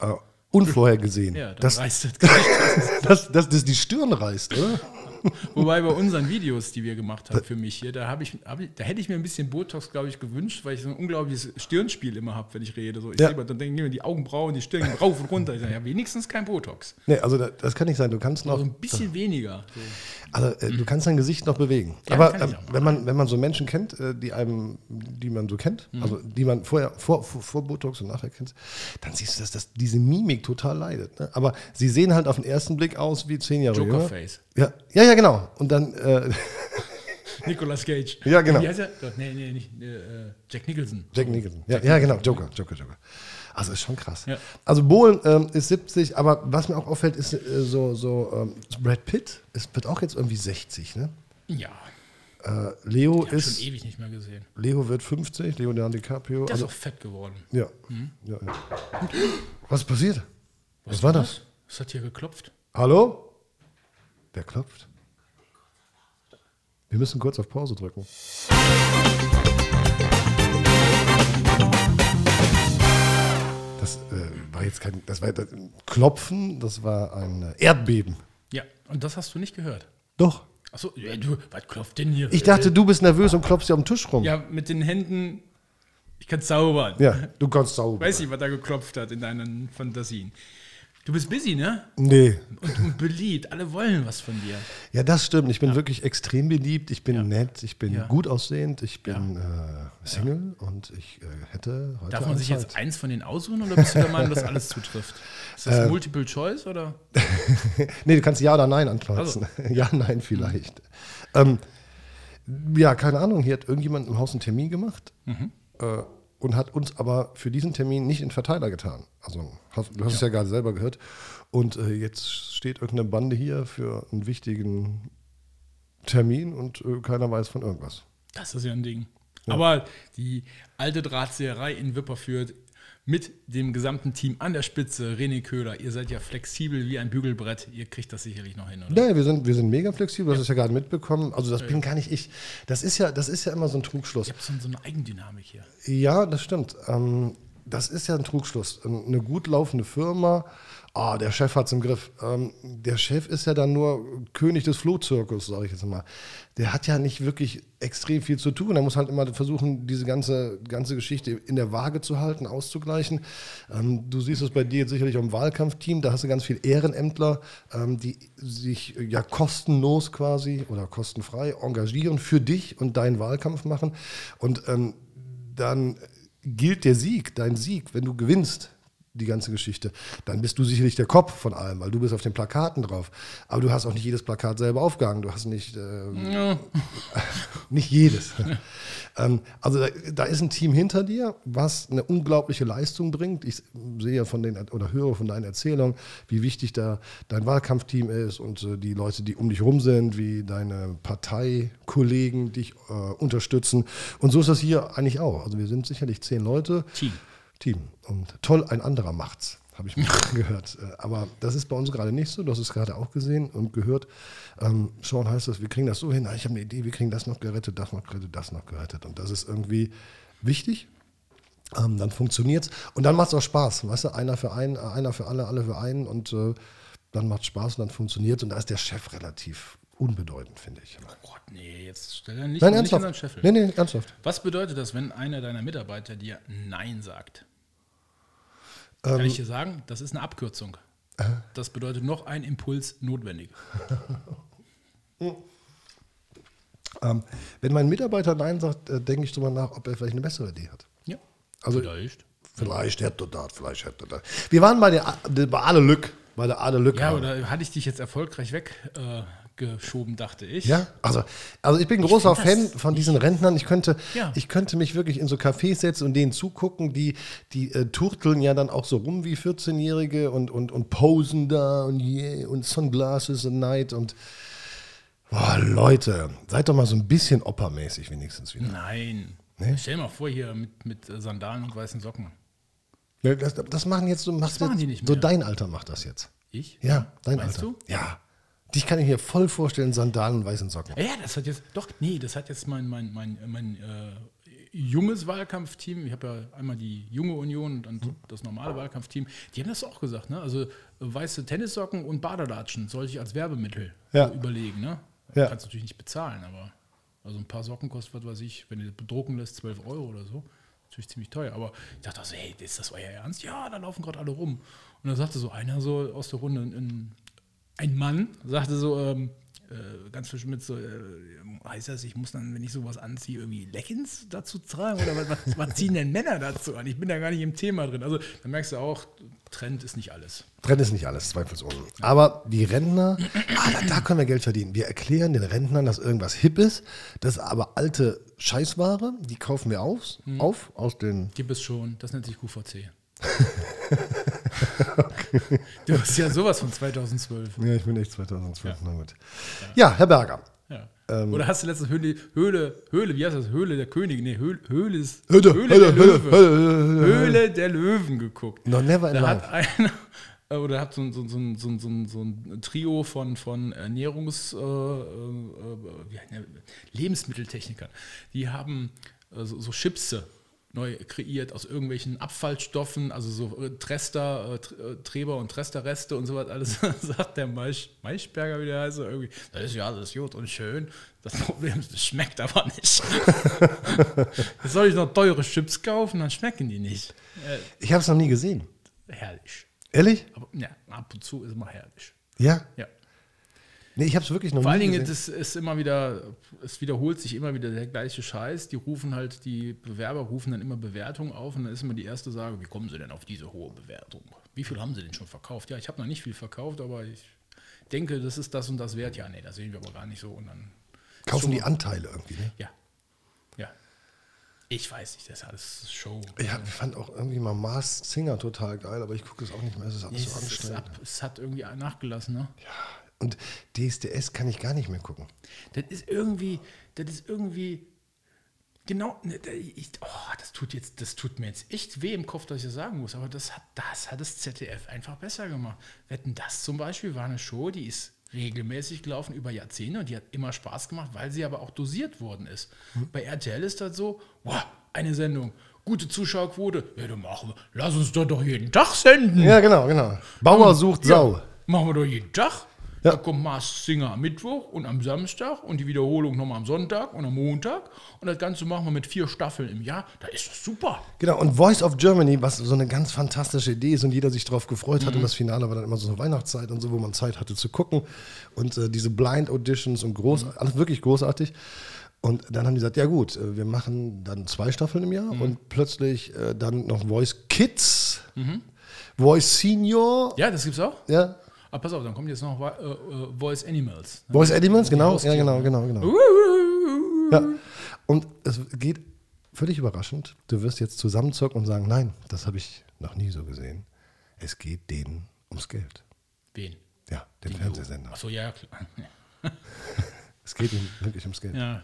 äh, unvorhergesehen. Ja, dann dass, reißt das gleich. dass, dass [laughs] das die Stirn reißt, oder? [laughs] Wobei bei unseren Videos, die wir gemacht haben für mich hier, da, hab ich, hab ich, da hätte ich mir ein bisschen Botox, glaube ich, gewünscht, weil ich so ein unglaubliches Stirnspiel immer habe, wenn ich rede. So, ich Ja. sehe mal, dann denken mir die Augenbrauen, die Stirn gehen rauf und runter. Ich sage, ja, wenigstens kein Botox. Nee, also das, das kann nicht sein. Du kannst noch. So ein bisschen weniger. So. Also, äh, du kannst dein Gesicht noch bewegen. Mhm. Ja, Aber kann ich äh, auch. wenn, man, wenn man so Menschen kennt, äh, die einem, die man so kennt, Mhm. also die man vorher, vor, vor, vor Botox und nachher kennt, dann siehst du, dass das, diese Mimik total leidet. Ne? Aber sie sehen halt auf den ersten Blick aus wie zehn Jahre jünger. Jokerface. Ja, ja, ja, genau. Und dann, äh, [laughs] Nicolas Cage. Ja, genau. Wie heißt er? Nee, nee, nicht. äh, Jack Nicholson. Jack Nicholson. Ja, ja, genau, Joker, Joker, Joker. Also ist schon krass. Ja. Also Bohlen ähm, ist 70, aber was mir auch auffällt, ist äh, so, so ähm, Brad Pitt ist, wird auch jetzt irgendwie 60, ne? Ja, Äh, Leo hab ich schon eh ist, ewig nicht mehr gesehen. Leo wird 50, Leonardo DiCaprio. Der Also, ist auch fett geworden. ja. ja, ja. Was ist passiert? Was, war das? Was hat hier geklopft? Hallo? Wer klopft? Wir müssen kurz auf Pause drücken. Das äh, war jetzt kein, das war das, Klopfen, das war ein äh, Erdbeben. Ja, und das hast du nicht gehört. Doch. Achso, ja, du, was klopft denn hier? Ich dachte, du bist nervös und klopfst dir am Tisch rum. Ja, mit den Händen, ich kann zaubern. Ja, du kannst sauber. Weiß nicht, was da geklopft hat in deinen Fantasien. Du bist busy, ne? Nee. Und, und beliebt. Alle wollen was von dir. Ja, das stimmt. Ich bin wirklich extrem beliebt. Ich bin nett. Ich bin Ja. gut aussehend. Ich bin äh, Single und ich äh, hätte heute Darf man eine sich Zeit. jetzt eins von denen aussuchen oder bist du der Meinung, dass alles zutrifft? Ist Äh. das Multiple Choice oder? [laughs] Nee, du kannst Ja oder Nein ankreuzen. [laughs] Also. Ja, Nein, vielleicht. Ähm, ja, keine Ahnung. Hier hat irgendjemand im Haus einen Termin gemacht Mhm. äh, und hat uns aber für diesen Termin nicht in Verteiler getan. Also, hast, du hast es ja gerade selber gehört. Und äh, jetzt steht irgendeine Bande hier für einen wichtigen Termin und äh, keiner weiß von irgendwas. Das ist ja ein Ding. Aber die alte Drahtseherei in Wipperfürth mit dem gesamten Team an der Spitze, René Köhler, ihr seid ja flexibel wie ein Bügelbrett, ihr kriegt das sicherlich noch hin, oder? Nee, wir sind, wir sind mega flexibel, das ist ja gerade mitbekommen. Also das bin gar nicht ich. Das ist ja, das ist ja immer so ein Trugschluss. Ihr habt so so eine Eigendynamik hier. Ja, das stimmt. Ähm, das ist ja ein Trugschluss. Ähm, Eine gut laufende Firma, ah, der Chef hat's im Griff. Ähm, der Chef ist ja dann nur König des Flohzirkus, sage ich jetzt mal. Der hat ja nicht wirklich extrem viel zu tun. Er muss halt immer versuchen, diese ganze, ganze Geschichte in der Waage zu halten, auszugleichen. Ähm, du siehst es bei dir jetzt sicherlich am Wahlkampfteam, da hast du ganz viel Ehrenämtler, ähm, die sich äh, ja kostenlos quasi oder kostenfrei engagieren für dich und deinen Wahlkampf machen. Und ähm, dann gilt der Sieg, dein Sieg, wenn du gewinnst die ganze Geschichte, dann bist du sicherlich der Kopf von allem, weil du bist auf den Plakaten drauf. Aber du hast auch nicht jedes Plakat selber aufgehangen. Du hast nicht, äh, nicht jedes. [laughs] ähm, also da, da ist ein Team hinter dir, was eine unglaubliche Leistung bringt. Ich sehe ja von den oder höre von deinen Erzählungen, wie wichtig da dein Wahlkampfteam ist und äh, die Leute, die um dich rum sind, wie deine Parteikollegen dich äh, unterstützen. Und so ist das hier eigentlich auch. Also wir sind sicherlich zehn Leute. Team. Team. Und toll, ein anderer macht's, habe ich [laughs] mal gehört. Äh, Aber das ist bei uns gerade nicht so. Du hast es gerade auch gesehen und gehört. Ähm, Sean heißt das, wir kriegen das so hin. Ah, Ich habe eine Idee, wir kriegen das noch gerettet, das noch gerettet, das noch gerettet. Und das ist irgendwie wichtig. Ähm, dann funktioniert's. Und dann macht's auch Spaß. Weißt du, einer für einen, äh, einer für alle, alle für einen. Und äh, dann macht's Spaß und dann funktioniert's. Und da ist der Chef relativ unbedeutend, finde ich. Oh Gott, nee, jetzt stell er nicht, Nein, nicht in seinen ernsthaft. Scheffel. Nee, nee, ernsthaft. Was bedeutet das, wenn einer deiner Mitarbeiter dir Nein sagt? Ähm. Kann ich dir sagen, das ist eine Abkürzung. Das bedeutet noch ein Impuls notwendig. Ähm, wenn mein Mitarbeiter Nein sagt, äh, denke ich drüber nach, ob er vielleicht eine bessere Idee hat. Ja. Also- Vielleicht. Vielleicht hätte er das, vielleicht hätte er das. Wir waren bei der, bei Adelück, bei der Adelück. Ja, oder hatte ich dich jetzt erfolgreich weggeschoben, dachte ich. Ja, also, also ich bin ein großer Fan von diesen Rentnern. Ich könnte, Ja. ich könnte mich wirklich in so Cafés setzen und denen zugucken. Die, die äh, turteln ja dann auch so rum wie 14-Jährige und, und, und posen da und, yeah, und Sunglasses and Night und boah, Leute, seid doch mal so ein bisschen oppermäßig wenigstens wieder. Nein. Stell dir mal vor, hier mit, mit äh, Sandalen und weißen Socken. Ja, Das, das machen jetzt so, macht machen jetzt, die nicht so mehr. dein Alter macht das jetzt. Ich? Ja, dein Meinst Alter. du? Ja. Dich kann ich mir voll vorstellen, Sandalen und weißen Socken. Ja, das hat jetzt, doch, nee, das hat jetzt mein, mein, mein, mein äh, junges Wahlkampfteam, ich habe ja einmal die junge Union und Hm. dann das normale Wahlkampfteam, die haben das auch gesagt, ne? Also äh, weiße Tennissocken und Badelatschen soll ich als Werbemittel Ja. äh, überlegen, ne? Ja. Kannst natürlich nicht bezahlen, aber also ein paar Socken kostet, was weiß ich, wenn ihr das bedrucken lässt, 12 Euro oder so. Natürlich ziemlich teuer, aber ich dachte auch so, hey, ist das euer Ernst? Ja, da laufen gerade alle rum. Und da sagte so einer so aus der Runde, ein, ein Mann sagte so, ähm, äh, ganz frisch mit so, äh, heißt das, ich muss dann, wenn ich sowas anziehe, irgendwie Leggings dazu tragen? Oder was, was, was ziehen denn Männer dazu an? Ich bin da gar nicht im Thema drin. Also da merkst du auch, Trend ist nicht alles. Rennen ist nicht alles, zweifelsohne. Aber die Rentner, ah, da, da können wir Geld verdienen. Wir erklären den Rentnern, dass irgendwas hip ist. Das ist aber alte Scheißware, die kaufen wir auf, Hm. auf aus den. [laughs] Gibt es schon, das nennt sich QVC. Du hast ja sowas von 2012. Ja, ich bin echt 2012, na gut. Ja, Herr Berger. Ja. Ähm. Oder hast du letztens Höhle, Höhle, Höhle, wie heißt das? Höhle der Könige? Nee, Höhle, Höhle ist Höhle, Höhle, der Löwen. Höhle, Höhle, Höhle der Löwen geguckt. No, never in Da life. hat einer, [laughs] äh, oder hat so, ein- so, ein- so, ein- so, ein- so, ein- so ein Trio von, von Ernährungs, äh, äh, äh, wie heißt der? Lebensmitteltechnikern, die haben äh, so, so Chipse neu kreiert aus irgendwelchen Abfallstoffen, also so äh, Trester, äh, Tr- äh, Treber und Tresterreste und sowas alles, [laughs] sagt der Maisch, Maischberger, wie der heißt, irgendwie, das ist ja alles gut und schön, das Problem ist, es schmeckt aber nicht. Jetzt soll ich noch teure Chips kaufen, dann schmecken die nicht. Ich habe es noch nie gesehen. Herrlich. Ehrlich? Aber ja, ab und zu ist immer herrlich. Ja? Ja. Nee, ich habe es wirklich noch Vor nie allen Dingen, gesehen. das ist immer wieder, es wiederholt sich immer wieder der gleiche Scheiß. Die rufen halt, die Bewerber rufen dann immer Bewertungen auf und dann ist immer die erste Sage, wie kommen sie denn auf diese hohe Bewertung? Wie viel haben sie denn schon verkauft? Ja, ich habe noch nicht viel verkauft, aber ich denke, das ist das und das wert. Ja, nee, das sehen wir aber gar nicht so. Und dann, Kaufen die Anteile irgendwie, ne? ja. Ja. Ich weiß nicht, das ist alles Show. Ja, ich fand auch irgendwie mal Mars Singer total geil, aber ich gucke es auch nicht mehr. Es ist alles so es, ist anstrengend. ab, es hat irgendwie nachgelassen, ne? Und DSDS kann ich gar nicht mehr gucken. Das ist irgendwie, das ist irgendwie genau. ne, da- Ich, oh, das tut jetzt, das tut mir jetzt echt weh im Kopf, dass ich das sagen muss. Aber das hat, das hat das ZDF einfach besser gemacht. Wetten das zum Beispiel war eine Show, die ist regelmäßig gelaufen über Jahrzehnte und die hat immer Spaß gemacht, weil sie aber auch dosiert worden ist. Bei RTL ist das so, wow, eine Sendung. Gute Zuschauerquote. Ja, dann machen wir. Lass uns doch doch jeden Tag senden. Ja, genau, genau. Bauer sucht Sau. Ja, machen wir doch jeden Tag. Ja. Da kommt Mars Singer am Mittwoch und am Samstag und die Wiederholung nochmal am Sonntag und am Montag. Und das Ganze machen wir mit vier Staffeln im Jahr. Da ist das super. Genau, und Voice of Germany, was so eine ganz fantastische Idee ist und jeder sich darauf gefreut hat. Und das Finale war dann immer so eine Weihnachtszeit und so, wo man Zeit hatte zu gucken. Und äh, diese Blind Auditions und groß, alles wirklich großartig. Und dann haben die gesagt, ja gut, äh, wir machen dann zwei Staffeln im Jahr und plötzlich äh, dann noch Voice Kids, Voice Senior, Ja, das gibt's auch. Mhm. ja. Aber pass auf, dann kommt jetzt noch äh, äh, Voice Animals. Voice Elements, genau, ja, Haustiere, Uh. genau, genau, genau. Ja. Und es geht völlig überraschend. Du wirst jetzt zusammenzocken und sagen, nein, das habe ich noch nie so gesehen. Es geht denen ums Geld. Wen? Ja, den Fernsehsender. Achso, ja, klar. [laughs] Es geht ihnen wirklich ums Geld. Ja.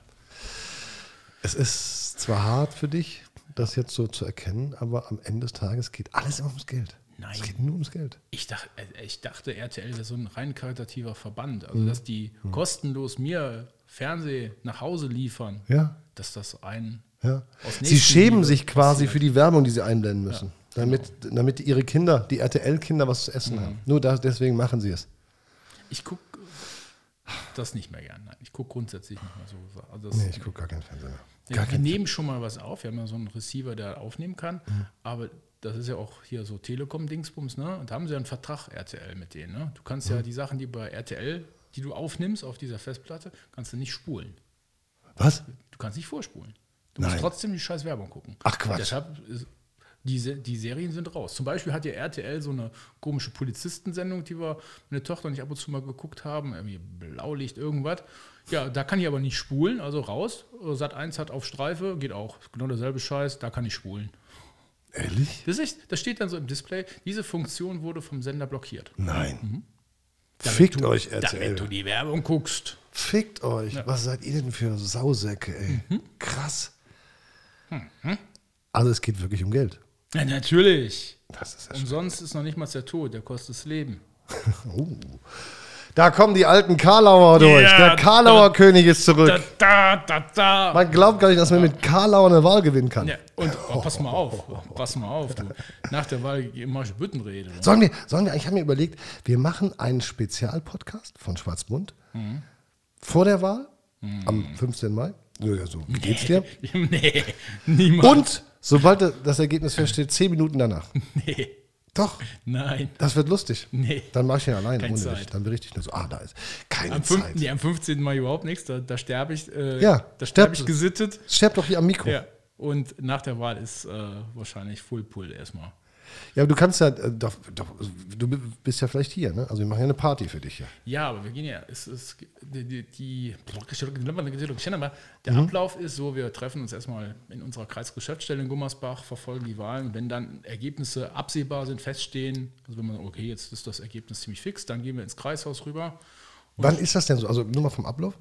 Es ist zwar hart für dich, das jetzt so zu erkennen, aber am Ende des Tages geht alles immer ums Geld. Nein. Es geht nur ums Geld. Ich dachte, äh, ich dachte, RTL wäre so ein rein karitativer Verband. Mhm. Also, dass die kostenlos mir Fernseh nach Hause liefern, Ja, dass das ein. ja. Aus Sie schämen Nächstenliebe sich quasi für die Werbung, die sie einblenden müssen. damit, genau. damit ihre Kinder, die RTL-Kinder, was zu Mhm. essen haben. Nur da, deswegen machen sie es. Ich gucke das nicht mehr gern. Nein, ich gucke grundsätzlich nicht mehr so. Also das, Nee, ich gucke gar keinen Fernseher mehr. Ja, wir nehmen schon mal was auf. Wir haben ja so einen Receiver, der aufnehmen kann. Mhm. Aber das ist ja auch hier so Telekom-Dingsbums, ne? Und da haben sie ja einen Vertrag RTL mit denen, ne? Du kannst Mhm. ja die Sachen, die bei RTL, die du aufnimmst auf dieser Festplatte, kannst du nicht spulen. Was? Du kannst nicht vorspulen. Du Nein. musst trotzdem die scheiß Werbung gucken. Ach, Quatsch. Deshalb ist, die, Se- die Serien sind raus. Zum Beispiel hat ja RTL so eine komische Polizistensendung, die wir meine Tochter und ich ab und zu mal geguckt haben. Irgendwie Blaulicht, irgendwas. Ja, da kann ich aber nicht spulen, also raus. Sat 1 hat auf Streife, geht auch. Genau derselbe Scheiß, da kann ich spulen. Ehrlich? Das, ist, echt- das steht dann so im Display. Diese Funktion wurde vom Sender blockiert. Nein. Fickt euch, Mhm. Damit du RTL. die Werbung guckst. Fickt euch. Was seid ihr denn für Sausäcke, ey? Mhm. Krass. Also es geht wirklich um Geld. Ja, natürlich. Das ist ja schon. Umsonst ist noch nicht mal der Tod, der kostet das Leben. Uh. Da kommen die alten Karlauer durch. Ja, Der Karlauer da- König ist zurück. Da, da, da, da. Man glaubt gar nicht, dass man mit Karlauer eine Wahl gewinnen kann. Ja, und oh, pass mal auf, pass mal auf, du. Nach der Wahl mach ich Büttenrede. ne? Sollen wir, sollen wir, ich habe mir überlegt, wir machen einen Spezialpodcast von Schwarzbund Mhm. vor der Wahl am 15. Mai. Ja, ja, so wie geht's dir? nee, niemand. Und sobald das Ergebnis feststeht, zehn Minuten [laughs] danach. Nee, Doch, nein. das wird lustig. Nee. Dann mach ich ihn alleine Keine ohne Zeit. dich. Dann berichte ich nur so, ah, da ist keine Am, Zeit. fünf, nee, am 15. Mai überhaupt nichts, da, da sterbe ich, äh, Ja, da stirb sterbe ich du. gesittet. Sterb doch hier am Mikro. Ja, Ja. Und nach der Wahl ist äh, wahrscheinlich Full Pull erstmal. aber du kannst ja, äh, doch, doch, du bist ja vielleicht hier, ne? Also wir machen ja eine Party für dich hier. Ja, aber wir gehen ja. Es ist, die, die, die, der Ablauf ist so: Wir treffen uns erstmal in unserer Kreisgeschäftsstelle in Gummersbach, verfolgen die Wahlen. Wenn dann Ergebnisse absehbar sind, feststehen, also wenn man sagt, okay, jetzt ist das Ergebnis ziemlich fix, dann gehen wir ins Kreishaus rüber. Wann ist das denn so? Also nur mal vom Ablauf?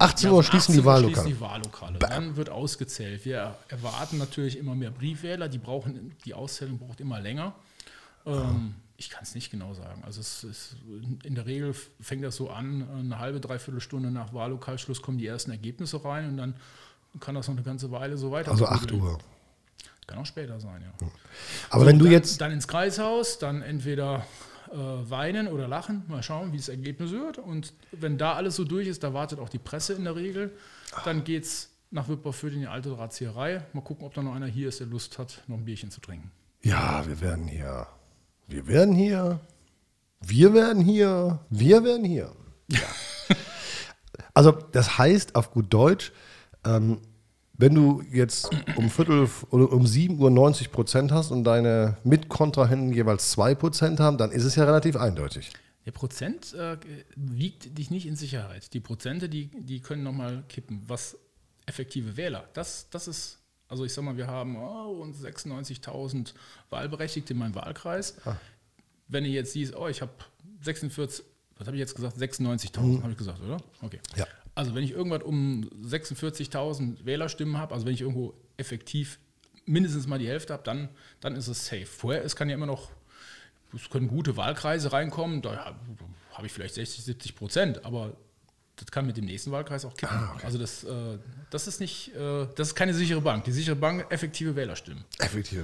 18 Ja, Uhr um schließen 18 die Uhr Wahllokale. die Wahllokale. Dann wird ausgezählt. Wir erwarten natürlich immer mehr Briefwähler. Die brauchen die Auszählung braucht immer länger. Ähm, ich kann es nicht genau sagen. Also es ist, in der Regel fängt das so an, eine halbe, dreiviertel Stunde nach Wahllokalschluss kommen die ersten Ergebnisse rein und dann kann das noch eine ganze Weile so weiter. Also 8 Uhr. Kann auch später sein, ja. Aber wenn du dann, jetzt, Dann ins Kreishaus, dann entweder äh, weinen oder lachen, mal schauen, wie das Ergebnis wird. Und wenn da alles so durch ist, da wartet auch die Presse in der Regel. Dann geht's nach Wipperfürth in die alte Drahtzieherei. Mal gucken, ob da noch einer hier ist, der Lust hat, noch ein Bierchen zu trinken. ja, wir werden hier Wir werden hier. Wir werden hier. Wir werden hier. Ja. also, das heißt auf gut Deutsch, ähm, wenn du jetzt um Viertel f- oder um 7 Uhr 90 Prozent hast und deine Mitkontrahenten jeweils 2 Prozent haben, dann ist es ja relativ eindeutig. Der Prozent äh, wiegt dich nicht in Sicherheit. Die Prozente, die, die können nochmal kippen. Was effektive Wähler, das, das ist, also ich sag mal, wir haben oh, rund 96.000 Wahlberechtigte in meinem Wahlkreis. Wenn ihr jetzt siehst, oh, ich habe 46, was habe ich jetzt gesagt? 96.000, habe ich gesagt, oder? Okay. Ja. Also wenn ich irgendwas um 46.000 Wählerstimmen habe, also wenn ich irgendwo effektiv mindestens mal die Hälfte habe, dann, dann ist es safe. Vorher, es kann ja immer noch es können gute Wahlkreise reinkommen, da ja, habe ich vielleicht 60, 70 Prozent, aber das kann mit dem nächsten Wahlkreis auch kippen. Also das, äh, das ist nicht, äh, das ist keine sichere Bank. Die sichere Bank effektive Wählerstimmen. Effektive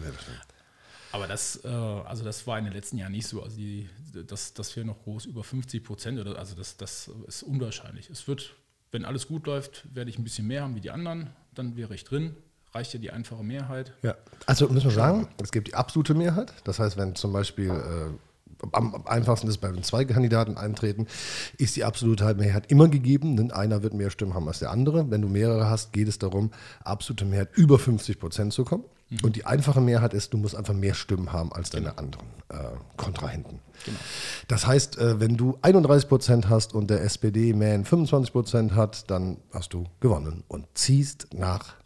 Aber das, äh, also das war in den letzten Jahren nicht so. Also die, dass, dass wir noch groß über 50 Prozent oder also das, das ist unwahrscheinlich. Es wird, wenn alles gut läuft, werde ich ein bisschen mehr haben wie die anderen, dann wäre ich drin. Reicht ja die einfache Mehrheit. Ja, also müssen wir sagen, es gibt die absolute Mehrheit. Das heißt, wenn zum Beispiel äh, am, am einfachsten ist, bei wenn zwei Kandidaten eintreten, ist die absolute Mehrheit immer gegeben, denn einer wird mehr Stimmen haben als der andere. Wenn du mehrere hast, geht es darum, absolute Mehrheit über 50 Prozent zu kommen. Und die einfache Mehrheit ist, du musst einfach mehr Stimmen haben als deine anderen äh, Kontrahenten. Das heißt, äh, wenn du 31 Prozent hast und der SPD-Man 25 Prozent hat, dann hast du gewonnen und ziehst nach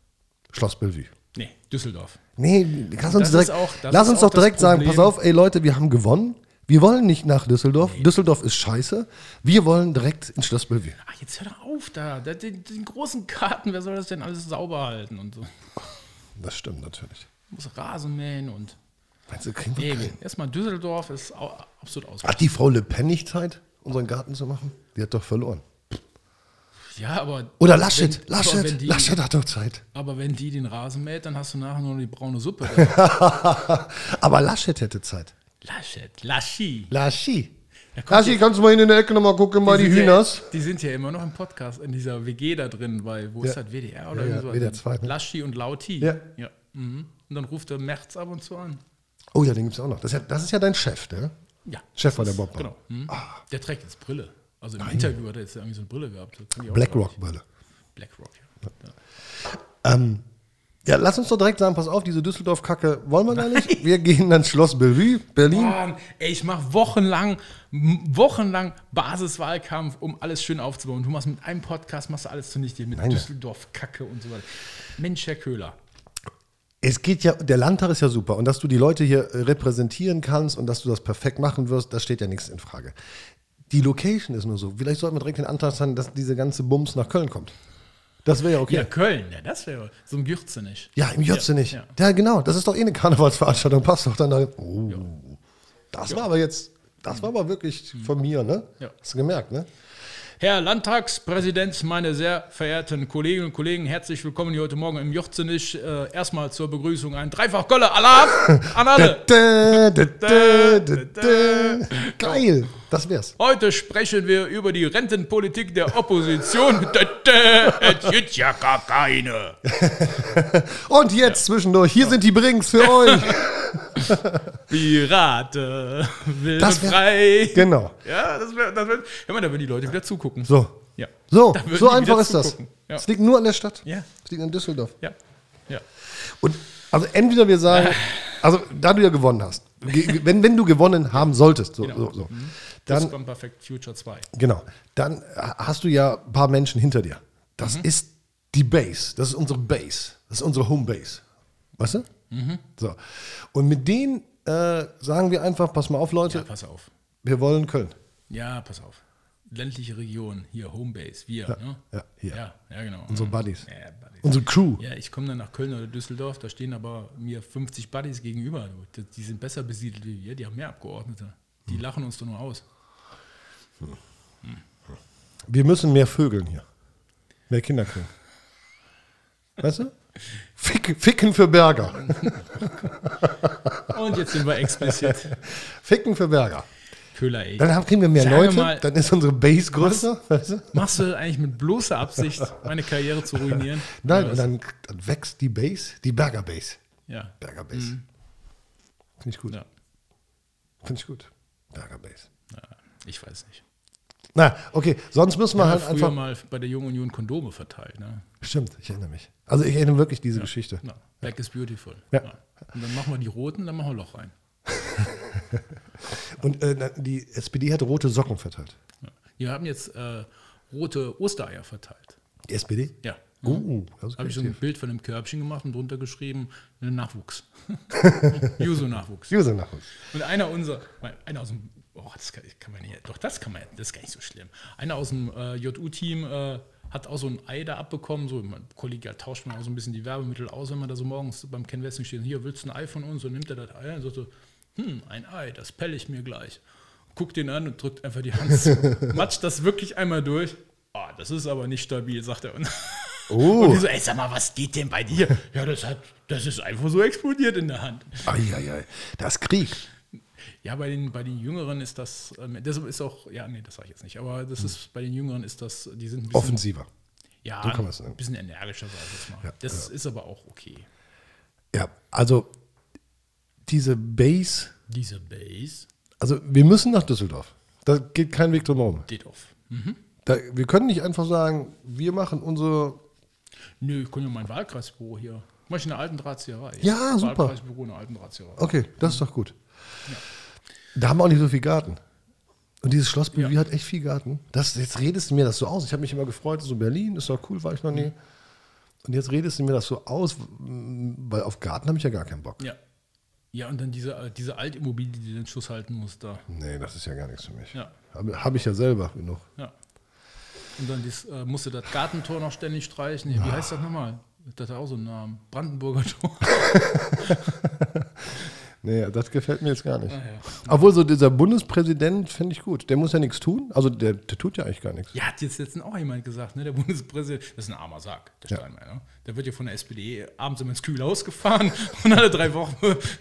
Schloss Bellevue. Nee, Düsseldorf. Nee, lass uns, ist direkt, auch- das lass ist uns auch doch das direkt sagen, pass Problem. auf, ey Leute, wir haben gewonnen. Wir wollen nicht nach Düsseldorf. Düsseldorf ist scheiße. Wir wollen direkt ins Schloss Bellevue. Ach, jetzt hör doch auf da. da den, den großen Karten, wer soll das denn alles sauber halten? Und so. Das stimmt natürlich. Muss Rasen mähen und. Meinst du, kriegen wir Nee, keinen? erstmal Düsseldorf ist au- absolut aus. Hat die Frau Le Pen nicht Zeit, unseren Garten zu machen? Die hat doch verloren. Ja, aber. Oder Laschet. wenn- Laschet. Aber wenn, die, Laschet hat doch Zeit. [laughs] aber wenn die den Rasen mäht, dann hast du nachher nur die [laughs] braune Suppe. Aber Laschet hätte Zeit. Laschet, Laschi. Laschi. kommt Laschi, kannst du mal hin in der Ecke nochmal gucken, mal die sind Hühners? Ja, die sind ja immer noch im Podcast, in dieser WG da drin, weil wo ist Ja. das WDR oder Ja, ja, irgendwas? WDR 2, ne? Laschi und Lauti. Ja. ja. Mhm. Und dann ruft der Merz ab und zu an. Oh ja, den gibt's auch noch. Das ist ja, das ist ja dein Chef, ne? Ja. Chef war der Bob. Ah. Genau. Hm. Der trägt jetzt Brille. Also im Interview hat er jetzt irgendwie so eine Brille gehabt. Das fand ich auch traurig. Blackrock-Bälle. Blackrock, ja. Ja, lass uns doch direkt sagen, pass auf, diese Düsseldorf-Kacke wollen wir gar nicht. Wir gehen ans Schloss Bellevue, Berlin. Mann, ey, ich mache wochenlang, m- wochenlang Basiswahlkampf, um alles schön aufzubauen. Du machst mit einem Podcast, machst du alles zunichte mit Nein. Düsseldorf-Kacke und so weiter. Mensch, Herr Köhler. Es geht ja, der Landtag ist ja super und dass du die Leute hier äh, repräsentieren kannst und dass du das perfekt machen wirst, das steht ja nichts in Frage. Die Location ist nur so. Vielleicht sollten wir direkt den Antrag sein, dass diese ganze Bums nach Köln kommt. Das wäre ja okay. Ja, Köln, ja, das wäre so ein Gürzenich. Ja, im Jürze nicht. Ja. ja. genau. Das ist doch eh eine Karnevalsveranstaltung. Passt doch dann da. Oh. Das war aber jetzt, das war aber wirklich von mir, ne? Ja. Hast du gemerkt, ne? Herr Landtagspräsident, meine sehr verehrten Kolleginnen und Kollegen, herzlich willkommen hier heute Morgen im Jürzenich. Äh, erstmal zur Begrüßung ein Dreifach-Gölle-Alarm [laughs] an alle. Da, da, da, da, da. Geil. Das wär's. Heute sprechen wir über die Rentenpolitik der Opposition. [laughs] Dä, dä, Es gibt ja gar keine. Und jetzt zwischendurch, hier sind die Brings [laughs] für euch. Pirate, wilde Das wär- frei. Genau. Ja, das wäre, das wär, ja, man, da würden die Leute wieder zugucken. So. Ja. So, Da würden so die einfach wieder ist das. zugucken. Ja. Es liegt nur an der Stadt. Ja. Es liegt an Düsseldorf. Ja. Ja. Ah. Und also entweder wir sagen, also da du ja gewonnen hast, ge- ge- wenn, wenn du gewonnen haben solltest, Genau. so, so, so, Mhm. Das dann kommt Perfect Future 2. Genau. Dann hast du ja ein paar Menschen hinter dir. Das Mhm. ist die Base. Das ist unsere Base. Das ist unsere Homebase. Weißt du? Mhm. So. Und mit denen äh, sagen wir einfach, pass mal auf, Leute, Ja, pass auf. wir wollen Köln. Ja, pass auf. Ländliche Region, hier Homebase, wir, ja, ne? ja, hier. Ja, ja, genau. Unsere Buddies. ja, Buddies. Unsere Crew. Ja, ich komme dann nach Köln oder Düsseldorf, da stehen aber mir 50 Buddies gegenüber. Die- Die sind besser besiedelt wie wir, die haben mehr Abgeordnete. Die Mhm. lachen uns doch nur aus. Wir müssen mehr vögeln hier. Mehr Kinder kriegen. Weißt du? Fick, ficken für Berger. [laughs] Und jetzt sind wir explizit. Ficken für Berger. Köhler, ey. Dann haben- kriegen wir mehr Sagen wir Leute, mal- dann ist unsere Base größer. Weißt du? Machst du eigentlich mit bloßer Absicht, meine Karriere zu ruinieren? Nein, Oder und was? dann, dann wächst die Base, die Berger Base. Ja. Berger Base. Finde ich gut. ja. Finde ich gut. Lagerbase. Ich weiß nicht. Na, okay, sonst müssen wir Ich halt früher einfach. mal bei der Jungen Union Kondome verteilt. Ne? Stimmt, ich erinnere mich. Also ich erinnere wirklich diese Geschichte. Ja. Black is beautiful. Ja. Und dann machen wir die roten, dann machen wir Loch rein. Und äh, die SPD hat rote Socken verteilt. Ja. Wir haben jetzt äh, rote Ostereier verteilt. Die SPD? Ja. Uh, also Habe ich so ein Bild von einem Körbchen gemacht und drunter geschrieben, einen [laughs] Nachwuchs. Juso-Nachwuchs. User nach uns. Und einer unser, mein- einer aus dem, oh, das kann, kann man hier, doch das kann man, das ist gar nicht so schlimm. Einer aus dem äh, JU-Team äh, hat auch so ein Ei da abbekommen, so mein Kollege da tauscht man auch so ein bisschen die Werbemittel aus, wenn man da so morgens beim Ken Westing steht, hier, willst du ein Ei von uns? Und nimmt er das Ei und sagt so, hm, ein Ei, das pelle ich mir gleich. Guckt den an und drückt einfach die Hand zu. Matscht das wirklich einmal durch. Ah, das ist aber nicht stabil, sagt er. Und [laughs] und die Oh, so, ey, sag mal, was geht denn bei dir? Ja, das hat, das ist einfach so explodiert in der Hand. eieiei. Das ist Krieg. Ja, bei den, bei den Jüngeren ist das, ähm, das ist auch, ja, nee, das sage ich jetzt nicht, aber Hm. das ist, bei den Jüngeren ist das, die sind ein bisschen, Offensiver. ja, kann man's ein sagen. bisschen energischer, sag ich jetzt mal. das ist aber auch okay. Ja, also diese Base, Diese Base also wir müssen nach Düsseldorf. Da geht kein Weg drum herum. steht auf. Da, wir können nicht einfach sagen, wir machen unsere. Nö, ich kann ja mein Wahlkreisbüro hier. Mach ich in der alten Drahtzieherei. Ja, super. Wahlkreisbüro in der alten Drahtzieherei. Okay, das ist doch gut. Da haben wir auch nicht so viel Garten. Und dieses Schloss Bellevue Ja. hat echt viel Garten. Das, jetzt redest du mir das so aus. Ich habe mich immer gefreut, so Berlin, ist doch cool, war ich noch Mhm. nie. Und jetzt redest du mir das so aus, weil auf Garten habe ich ja gar keinen Bock. Ja. Ja, und dann diese, äh, diese Altimmobilie, die den Schuss halten muss da. Nee, das ist ja gar nichts für mich. Ja. Habe hab ich ja selber genug. Ja. Und dann dies, äh, musste das Gartentor noch ständig streichen. Wie heißt das nochmal? Das hat auch so einen Namen. Brandenburger Tor. Nee, das gefällt mir jetzt gar nicht. Ah, ja. Obwohl, so dieser Bundespräsident finde ich gut. Der muss ja nichts tun. Also, der, der tut ja eigentlich gar nichts. Ja, hat jetzt letztens auch jemand gesagt, ne? der Bundespräsident, das ist ein armer Sack, der Ja. Steinmeier. Ne? Der wird ja von der SPD abends immer ins Kühlhaus gefahren [laughs] und alle drei Wochen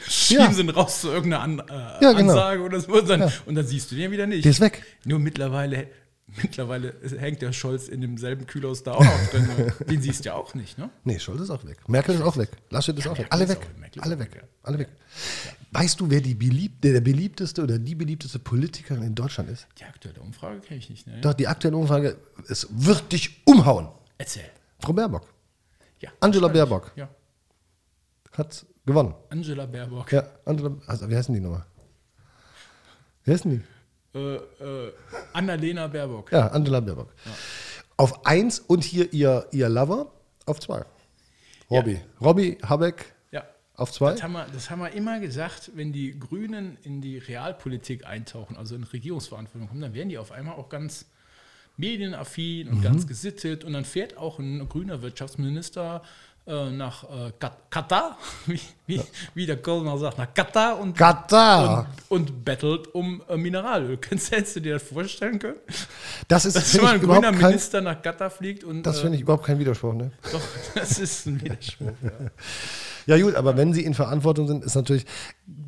schieben Ja. sie ihn raus zu irgendeiner An äh, Ja, genau. Ansage oder so. Und dann, und dann siehst du den ja wieder nicht. Der ist weg. Nur mittlerweile, mittlerweile hängt der Scholz in demselben Kühlhaus da auch noch drin. [laughs] ne? Den siehst du ja auch nicht, ne? Nee, Scholz ist auch weg. Merkel ist auch weg. Laschet ist auch weg. Merkel Alle ist weg. auch weg. Merkel ist Alle auch weg. weg, ja. Alle weg. Weißt du, wer die belieb der, der beliebteste oder die beliebteste Politikerin in Deutschland ist? Die aktuelle Umfrage kenne ich nicht. Ne? Doch, die aktuelle Umfrage, es wird dich umhauen. Erzähl. Frau Baerbock Ja, Angela wahrscheinlich. Baerbock. Ja, hat gewonnen. Angela Baerbock. Ja, Angela, also, wie heißen die nochmal? Wie heißen die? Äh, äh, Annalena Baerbock. Ja, Angela Baerbock. Auf eins und hier ihr, ihr Lover auf zwei. Robby. Robby Habeck ja. auf zwei. Das haben, wir, das haben wir immer gesagt, wenn die Grünen in die Realpolitik eintauchen, also in Regierungsverantwortung kommen, dann werden die auf einmal auch ganz medienaffin Mhm. und ganz gesittet. Und dann fährt auch ein grüner Wirtschaftsminister äh, nach äh, Kat- Katar, [laughs] wie, wie, wie der Kölner sagt, nach Katar und, Katar! und, und bettelt um äh, Mineralöl. [laughs] Kannst hättest du dir das vorstellen können? Das ist, Dass find mal ein ich, überhaupt grüner kein, Minister nach Katar fliegt und das äh, finde ich überhaupt kein Widerspruch. Ne? [laughs] doch, das ist ein Widerspruch. Ja. Ja, gut, aber wenn sie in Verantwortung sind, ist natürlich,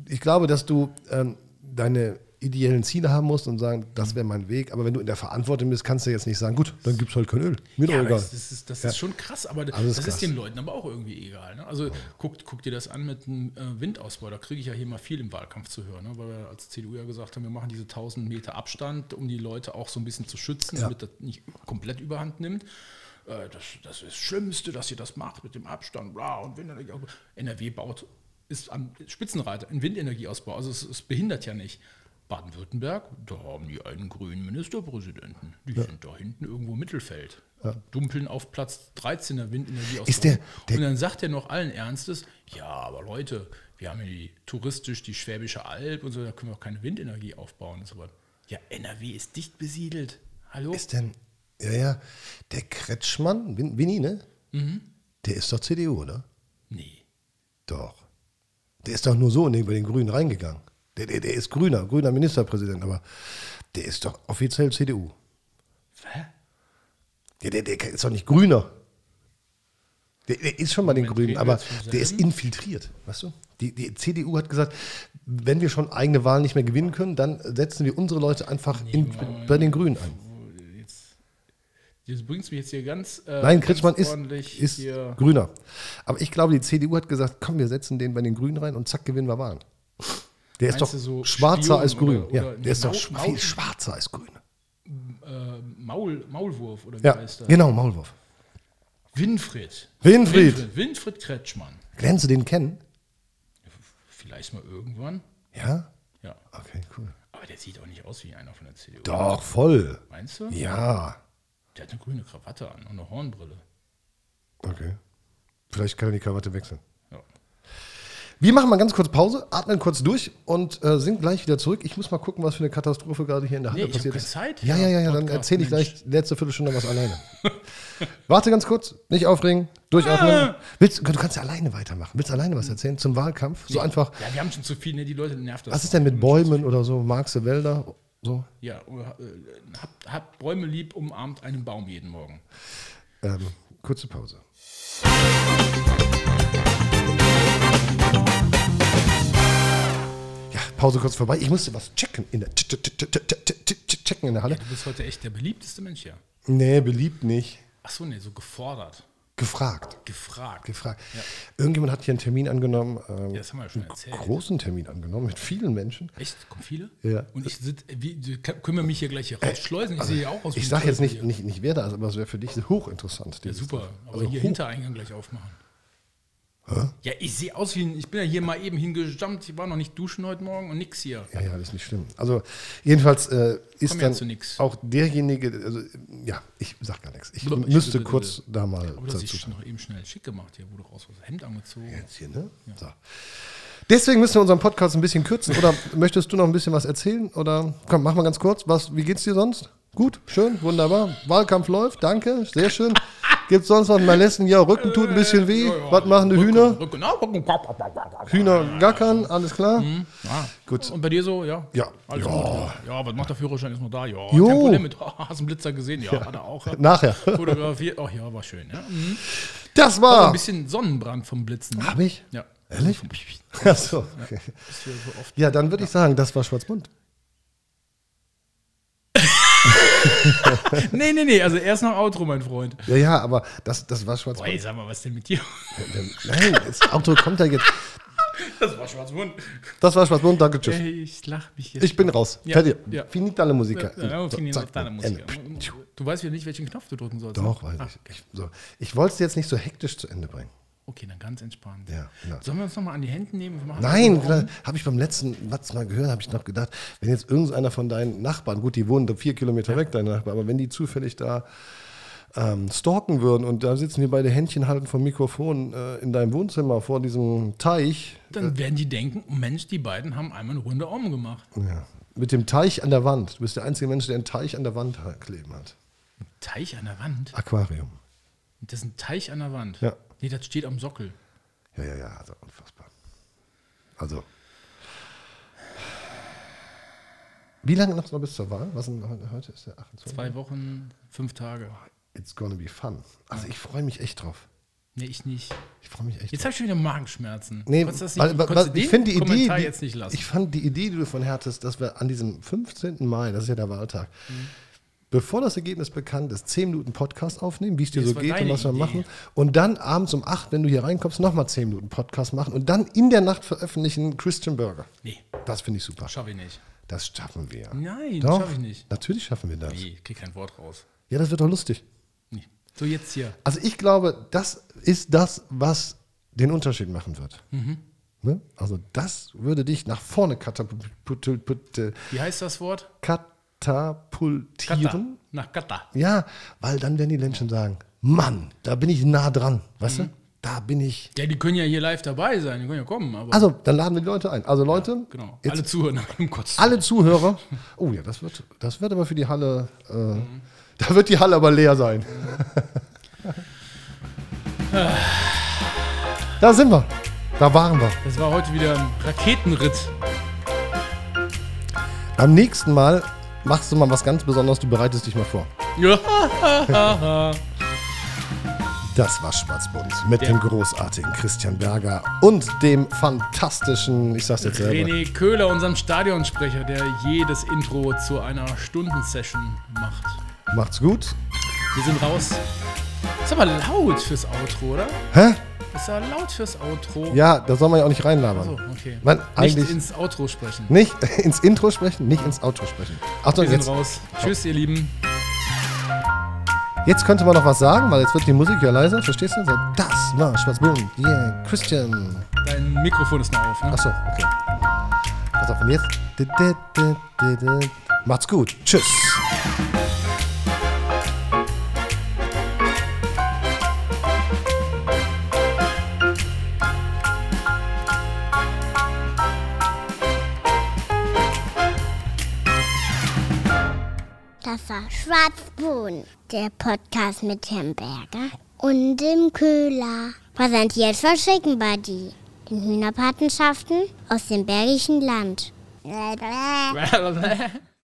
ich glaube, dass du ähm, deine ideellen Ziele haben musst und sagen, das wäre mein Weg. Aber wenn du in der Verantwortung bist, kannst du jetzt nicht sagen, gut, dann gibt es halt kein Öl. Mir doch Ja, aber egal. das, das, ist, das ist schon krass, aber das, Alles das krass. ist den Leuten aber auch irgendwie egal. Ne? Also guck, guck dir das an mit dem äh, Windausbau, da kriege ich ja hier mal viel im Wahlkampf zu hören, ne? weil wir als CDU ja gesagt haben, wir machen diese 1000 Meter Abstand, um die Leute auch so ein bisschen zu schützen, damit das nicht komplett überhand nimmt. Äh, das, das ist das Schlimmste, dass ihr das macht mit dem Abstand. Bla, und Windenergie. NRW baut, ist am Spitzenreiter in Windenergieausbau, also es, es behindert ja nicht. Baden-Württemberg, da haben die einen grünen Ministerpräsidenten. Die sind da hinten irgendwo im Mittelfeld. Dumpeln auf Platz 13 der Windenergieausbau. Ist der- der- Und dann sagt er noch allen Ernstes, ja, aber Leute, wir haben hier die, touristisch die Schwäbische Alb und so, da können wir auch keine Windenergie aufbauen und so weiter. Ja, NRW ist dicht besiedelt. Hallo? ist denn, ja, ja, der Kretschmann, Win- Winnie, ne? Mhm. Der ist doch CDU, oder? nee. Doch. Der ist doch nur so in den, bei den Grünen reingegangen. Der, der, der ist grüner, grüner Ministerpräsident, aber der ist doch offiziell CDU. Hä? Der, der, der ist doch nicht grüner. Der, der ist schon bei den Moment, Grünen, reden wir aber jetzt vom der ist selben? infiltriert, weißt du? Die, die CDU hat gesagt, wenn wir schon eigene Wahlen nicht mehr gewinnen können, dann setzen wir unsere Leute einfach in, bei den Grünen ein. Jetzt, jetzt bringst du mich jetzt hier ganz. äh, Nein, ganz Kretschmann ist, ordentlich ist hier. grüner. Aber ich glaube, die CDU hat gesagt, komm, wir setzen den bei den Grünen rein und zack, gewinnen wir Wahlen. Der ist doch Meinst du so schwarzer Spion als grün. oder- Ja, oder der ist doch Mau- sch- Maul- viel schwarzer als grün. Äh, Maul, Maulwurf oder wie Ja, heißt er? genau, Maulwurf. Winfried. Winfried. Winfried. Winfried Kretschmann. Lernst du den kennen? Vielleicht mal irgendwann. Ja? Ja. Okay, cool. Aber der sieht auch nicht aus wie einer von der CDU. Doch, voll. Meinst du? Ja. Der hat eine grüne Krawatte an und eine Hornbrille. Okay. Vielleicht kann er die Krawatte wechseln. Ja. Wir machen mal ganz kurz Pause, atmen kurz durch und äh, sind gleich wieder zurück. Ich muss mal gucken, was für eine Katastrophe gerade hier in der Halle Nee, ich hab passiert keine ist. Zeit. Ja, ja, ja, ja dann Podcast, erzähle ich Mensch. gleich letzte Viertelstunde was alleine. [laughs] Warte ganz kurz, nicht aufregen, durchatmen. Willst, du kannst ja alleine weitermachen. Willst du alleine was erzählen zum Wahlkampf? So einfach, Ja, wir haben schon zu viel, ne? Die Leute nervt das. was ist denn mit Bäumen oder so? Magst du Wälder? So. Ja, oder, äh, habt, habt Bäume lieb, umarmt einen Baum jeden Morgen. Ähm, kurze Pause. Ja, Pause kurz vorbei. Ich musste was checken in der checken in der Halle. Du bist heute echt der beliebteste Mensch hier. Nee, beliebt nicht. Achso, nee, so gefordert, Gefragt. gefragt. Gefragt. Irgendjemand hat hier einen Termin angenommen, ähm, ja, das haben wir ja schon erzählt. großen Termin angenommen mit vielen Menschen. Echt? Kommen viele? Ja. Äh, also, Und ich sitz, wie, du- kümmere mich hier gleich hier rausschleusen. Ich sehe ja auch aus wie Ich ein sage jetzt Teufel nicht, hier. nicht, nicht wer da ist, aber es wäre für dich hochinteressant. Ja, dieses super. Treffen. Aber Also hier hoch- Hintereingang gleich aufmachen. Ja, ich sehe aus wie ein. Ich bin ja hier mal eben hingejumpt. Ich war noch nicht duschen heute Morgen und nix hier. Ja, ja, das ist nicht schlimm. Also jedenfalls äh, ist Kommen ja dann zu nix. auch derjenige, also ja, ich sag gar nichts. Ich Blub, müsste blub, blub, kurz da mal Oder dazu sich noch eben schnell schick gemacht hier, wurde raus aus Hemd angezogen. Jetzt hier, ne? So. Deswegen müssen wir unseren Podcast ein bisschen kürzen. [laughs] Oder möchtest du noch ein bisschen was erzählen? Oder komm, mach mal ganz kurz. Was, wie geht's dir sonst? Gut, schön, wunderbar. Wahlkampf läuft, danke, sehr schön. Gibt's sonst noch mal letzten Jahr Rücken tut ein bisschen weh? Was machen die Hühner? Rücken, Rücken, Rücken. Hühner gackern, alles klar. Ja. Gut. Und bei dir so, ja? Ja. Alles Ja. gut, ja. ja, was macht der Führerschein? Ist noch da? Ja. Jo. Tempolimit. hast du einen Blitzer gesehen? Ja, hat [laughs] er auch. Nachher. Fotografiert. Ach ja, war schön. Ja. Mhm. Das Ein war. bisschen Sonnenbrand vom Blitzen. ne? Ah. Hab ich? Ja. Ehrlich? Achso. Ist hier so oft. Ja, dann würde ich sagen, das war Schwarzbund. Nee, nee, nee. Also erst noch Outro, mein Freund. Ja, ja, aber das, das war Schwarzbund. Boah, ey, sag mal, was denn mit dir? [laughs] Nein, das Auto kommt ja jetzt. Das war Schwarzmund. Das war Schwarzbund, danke, tschüss. Ey, ich lach mich jetzt. Ich bin raus. Ja, Fertig. ja. Finita la Musica. Ja, So, vielen zack, Dank, deine Musik. Ende. Du weißt ja nicht, welchen Knopf du drücken sollst. ne? Doch, weiß Ah, ich. Ich, so. ich wollte es jetzt nicht so hektisch zu Ende bringen. Okay, dann ganz entspannt. Ja, na. Sollen wir uns nochmal an die Hände nehmen? Wir machen Nein, das klar, habe ich beim letzten was mal gehört, habe ich noch gedacht, wenn jetzt irgendeiner von deinen Nachbarn, gut, die wohnen da vier Kilometer weg, deine Nachbarn, aber wenn die zufällig da ähm, stalken würden und da sitzen wir beide Händchen halten vom Mikrofon äh, in deinem Wohnzimmer vor diesem Teich, Dann werden die denken, oh Mensch, die beiden haben einmal eine Runde Om gemacht. ja, mit dem Teich an der Wand. Du bist der einzige Mensch, der einen Teich an der Wand ha- kleben hat. Ein Teich an der Wand? Aquarium. Das ist ein Teich an der Wand. Ja. Nee, das steht am Sockel. Ja, ja, ja, also unfassbar. Also. Wie lange noch bis zur Wahl? Was denn heute, heute ist der 28? Zwei Wochen, fünf Tage. It's gonna be fun. Also ich freue mich echt drauf. Nee, ich nicht. Ich freue mich echt Jetzt drauf. habe ich schon wieder Magenschmerzen. Nee, Konntest du das weil, nicht- weil, konntest weil, du ich den finde die Idee, Kommentar die, jetzt nicht lassen. ich fand die Idee, die du von hattest, dass wir an diesem 15. Mai, das ist ja der Wahltag, Mhm. bevor das Ergebnis bekannt ist, 10 Minuten Podcast aufnehmen, wie es dir Das so war geht und deine was wir Idee. machen. Und dann abends um 8, wenn du hier reinkommst, nochmal 10 Minuten Podcast machen und dann in der Nacht veröffentlichen Christian Burger. nee, Das finde ich super. schaffe ich nicht. Das schaffen wir. Nein, Doch, schaffe ich nicht. Natürlich schaffen wir das. Nee, krieg kein Wort raus. Ja, das wird doch lustig. Nee. So, jetzt hier. Also ich glaube, das ist das, was den Unterschied machen wird. Mhm. Ne? Also das würde dich nach vorne katapult, Wie heißt das Wort? katapultieren. Nach Kata. Ja, weil dann werden die Menschen sagen, Mann, da bin ich nah dran. Weißt Mhm. du? Da bin ich. Ja, die können ja hier live dabei sein. Die können ja kommen. Aber Also, dann laden wir die Leute ein. Also Leute, genau. jetzt Alle zuhören nach dem Kotz. alle [laughs] Zuhörer. Oh ja, das wird, das wird aber für die Halle, äh, [laughs] da wird die Halle aber leer [laughs] sein. da sind wir. Da waren wir. Das war heute wieder ein Raketenritt. Am nächsten Mal machst du mal was ganz Besonderes. Du bereitest dich mal vor. Ja. Das war Schwarzbund mit dem großartigen Christian Berger und dem fantastischen, ich sag's jetzt selber, René Köhler, unserem Stadionsprecher, der jedes Intro zu einer Stundensession macht. macht's gut. Wir sind raus. Ist aber laut fürs Outro, oder? Hä? Ist ja laut fürs Outro. Ja, da soll man ja auch nicht reinlabern. So, okay. Man eigentlich Nicht ins Outro sprechen. nicht [laughs] ins Intro sprechen, nicht ins Outro sprechen. Achtung, Wir sind jetzt, raus. Tschüss, ihr Lieben. jetzt könnte man noch was sagen, weil jetzt wird die Musik ja leiser, verstehst du? So, das war Schwarzboom, yeah, Christian. Dein Mikrofon ist noch auf. Ne? Achso, okay. Pass auf, und jetzt. Di, di, di, di, di. Macht's gut. Tschüss. Das war Schwarzbohnen, der Podcast mit Herrn Berger und dem Köhler. Präsentiert von Schickenbuddy [laughs] in Hühnerpatenschaften aus dem Bergischen Land.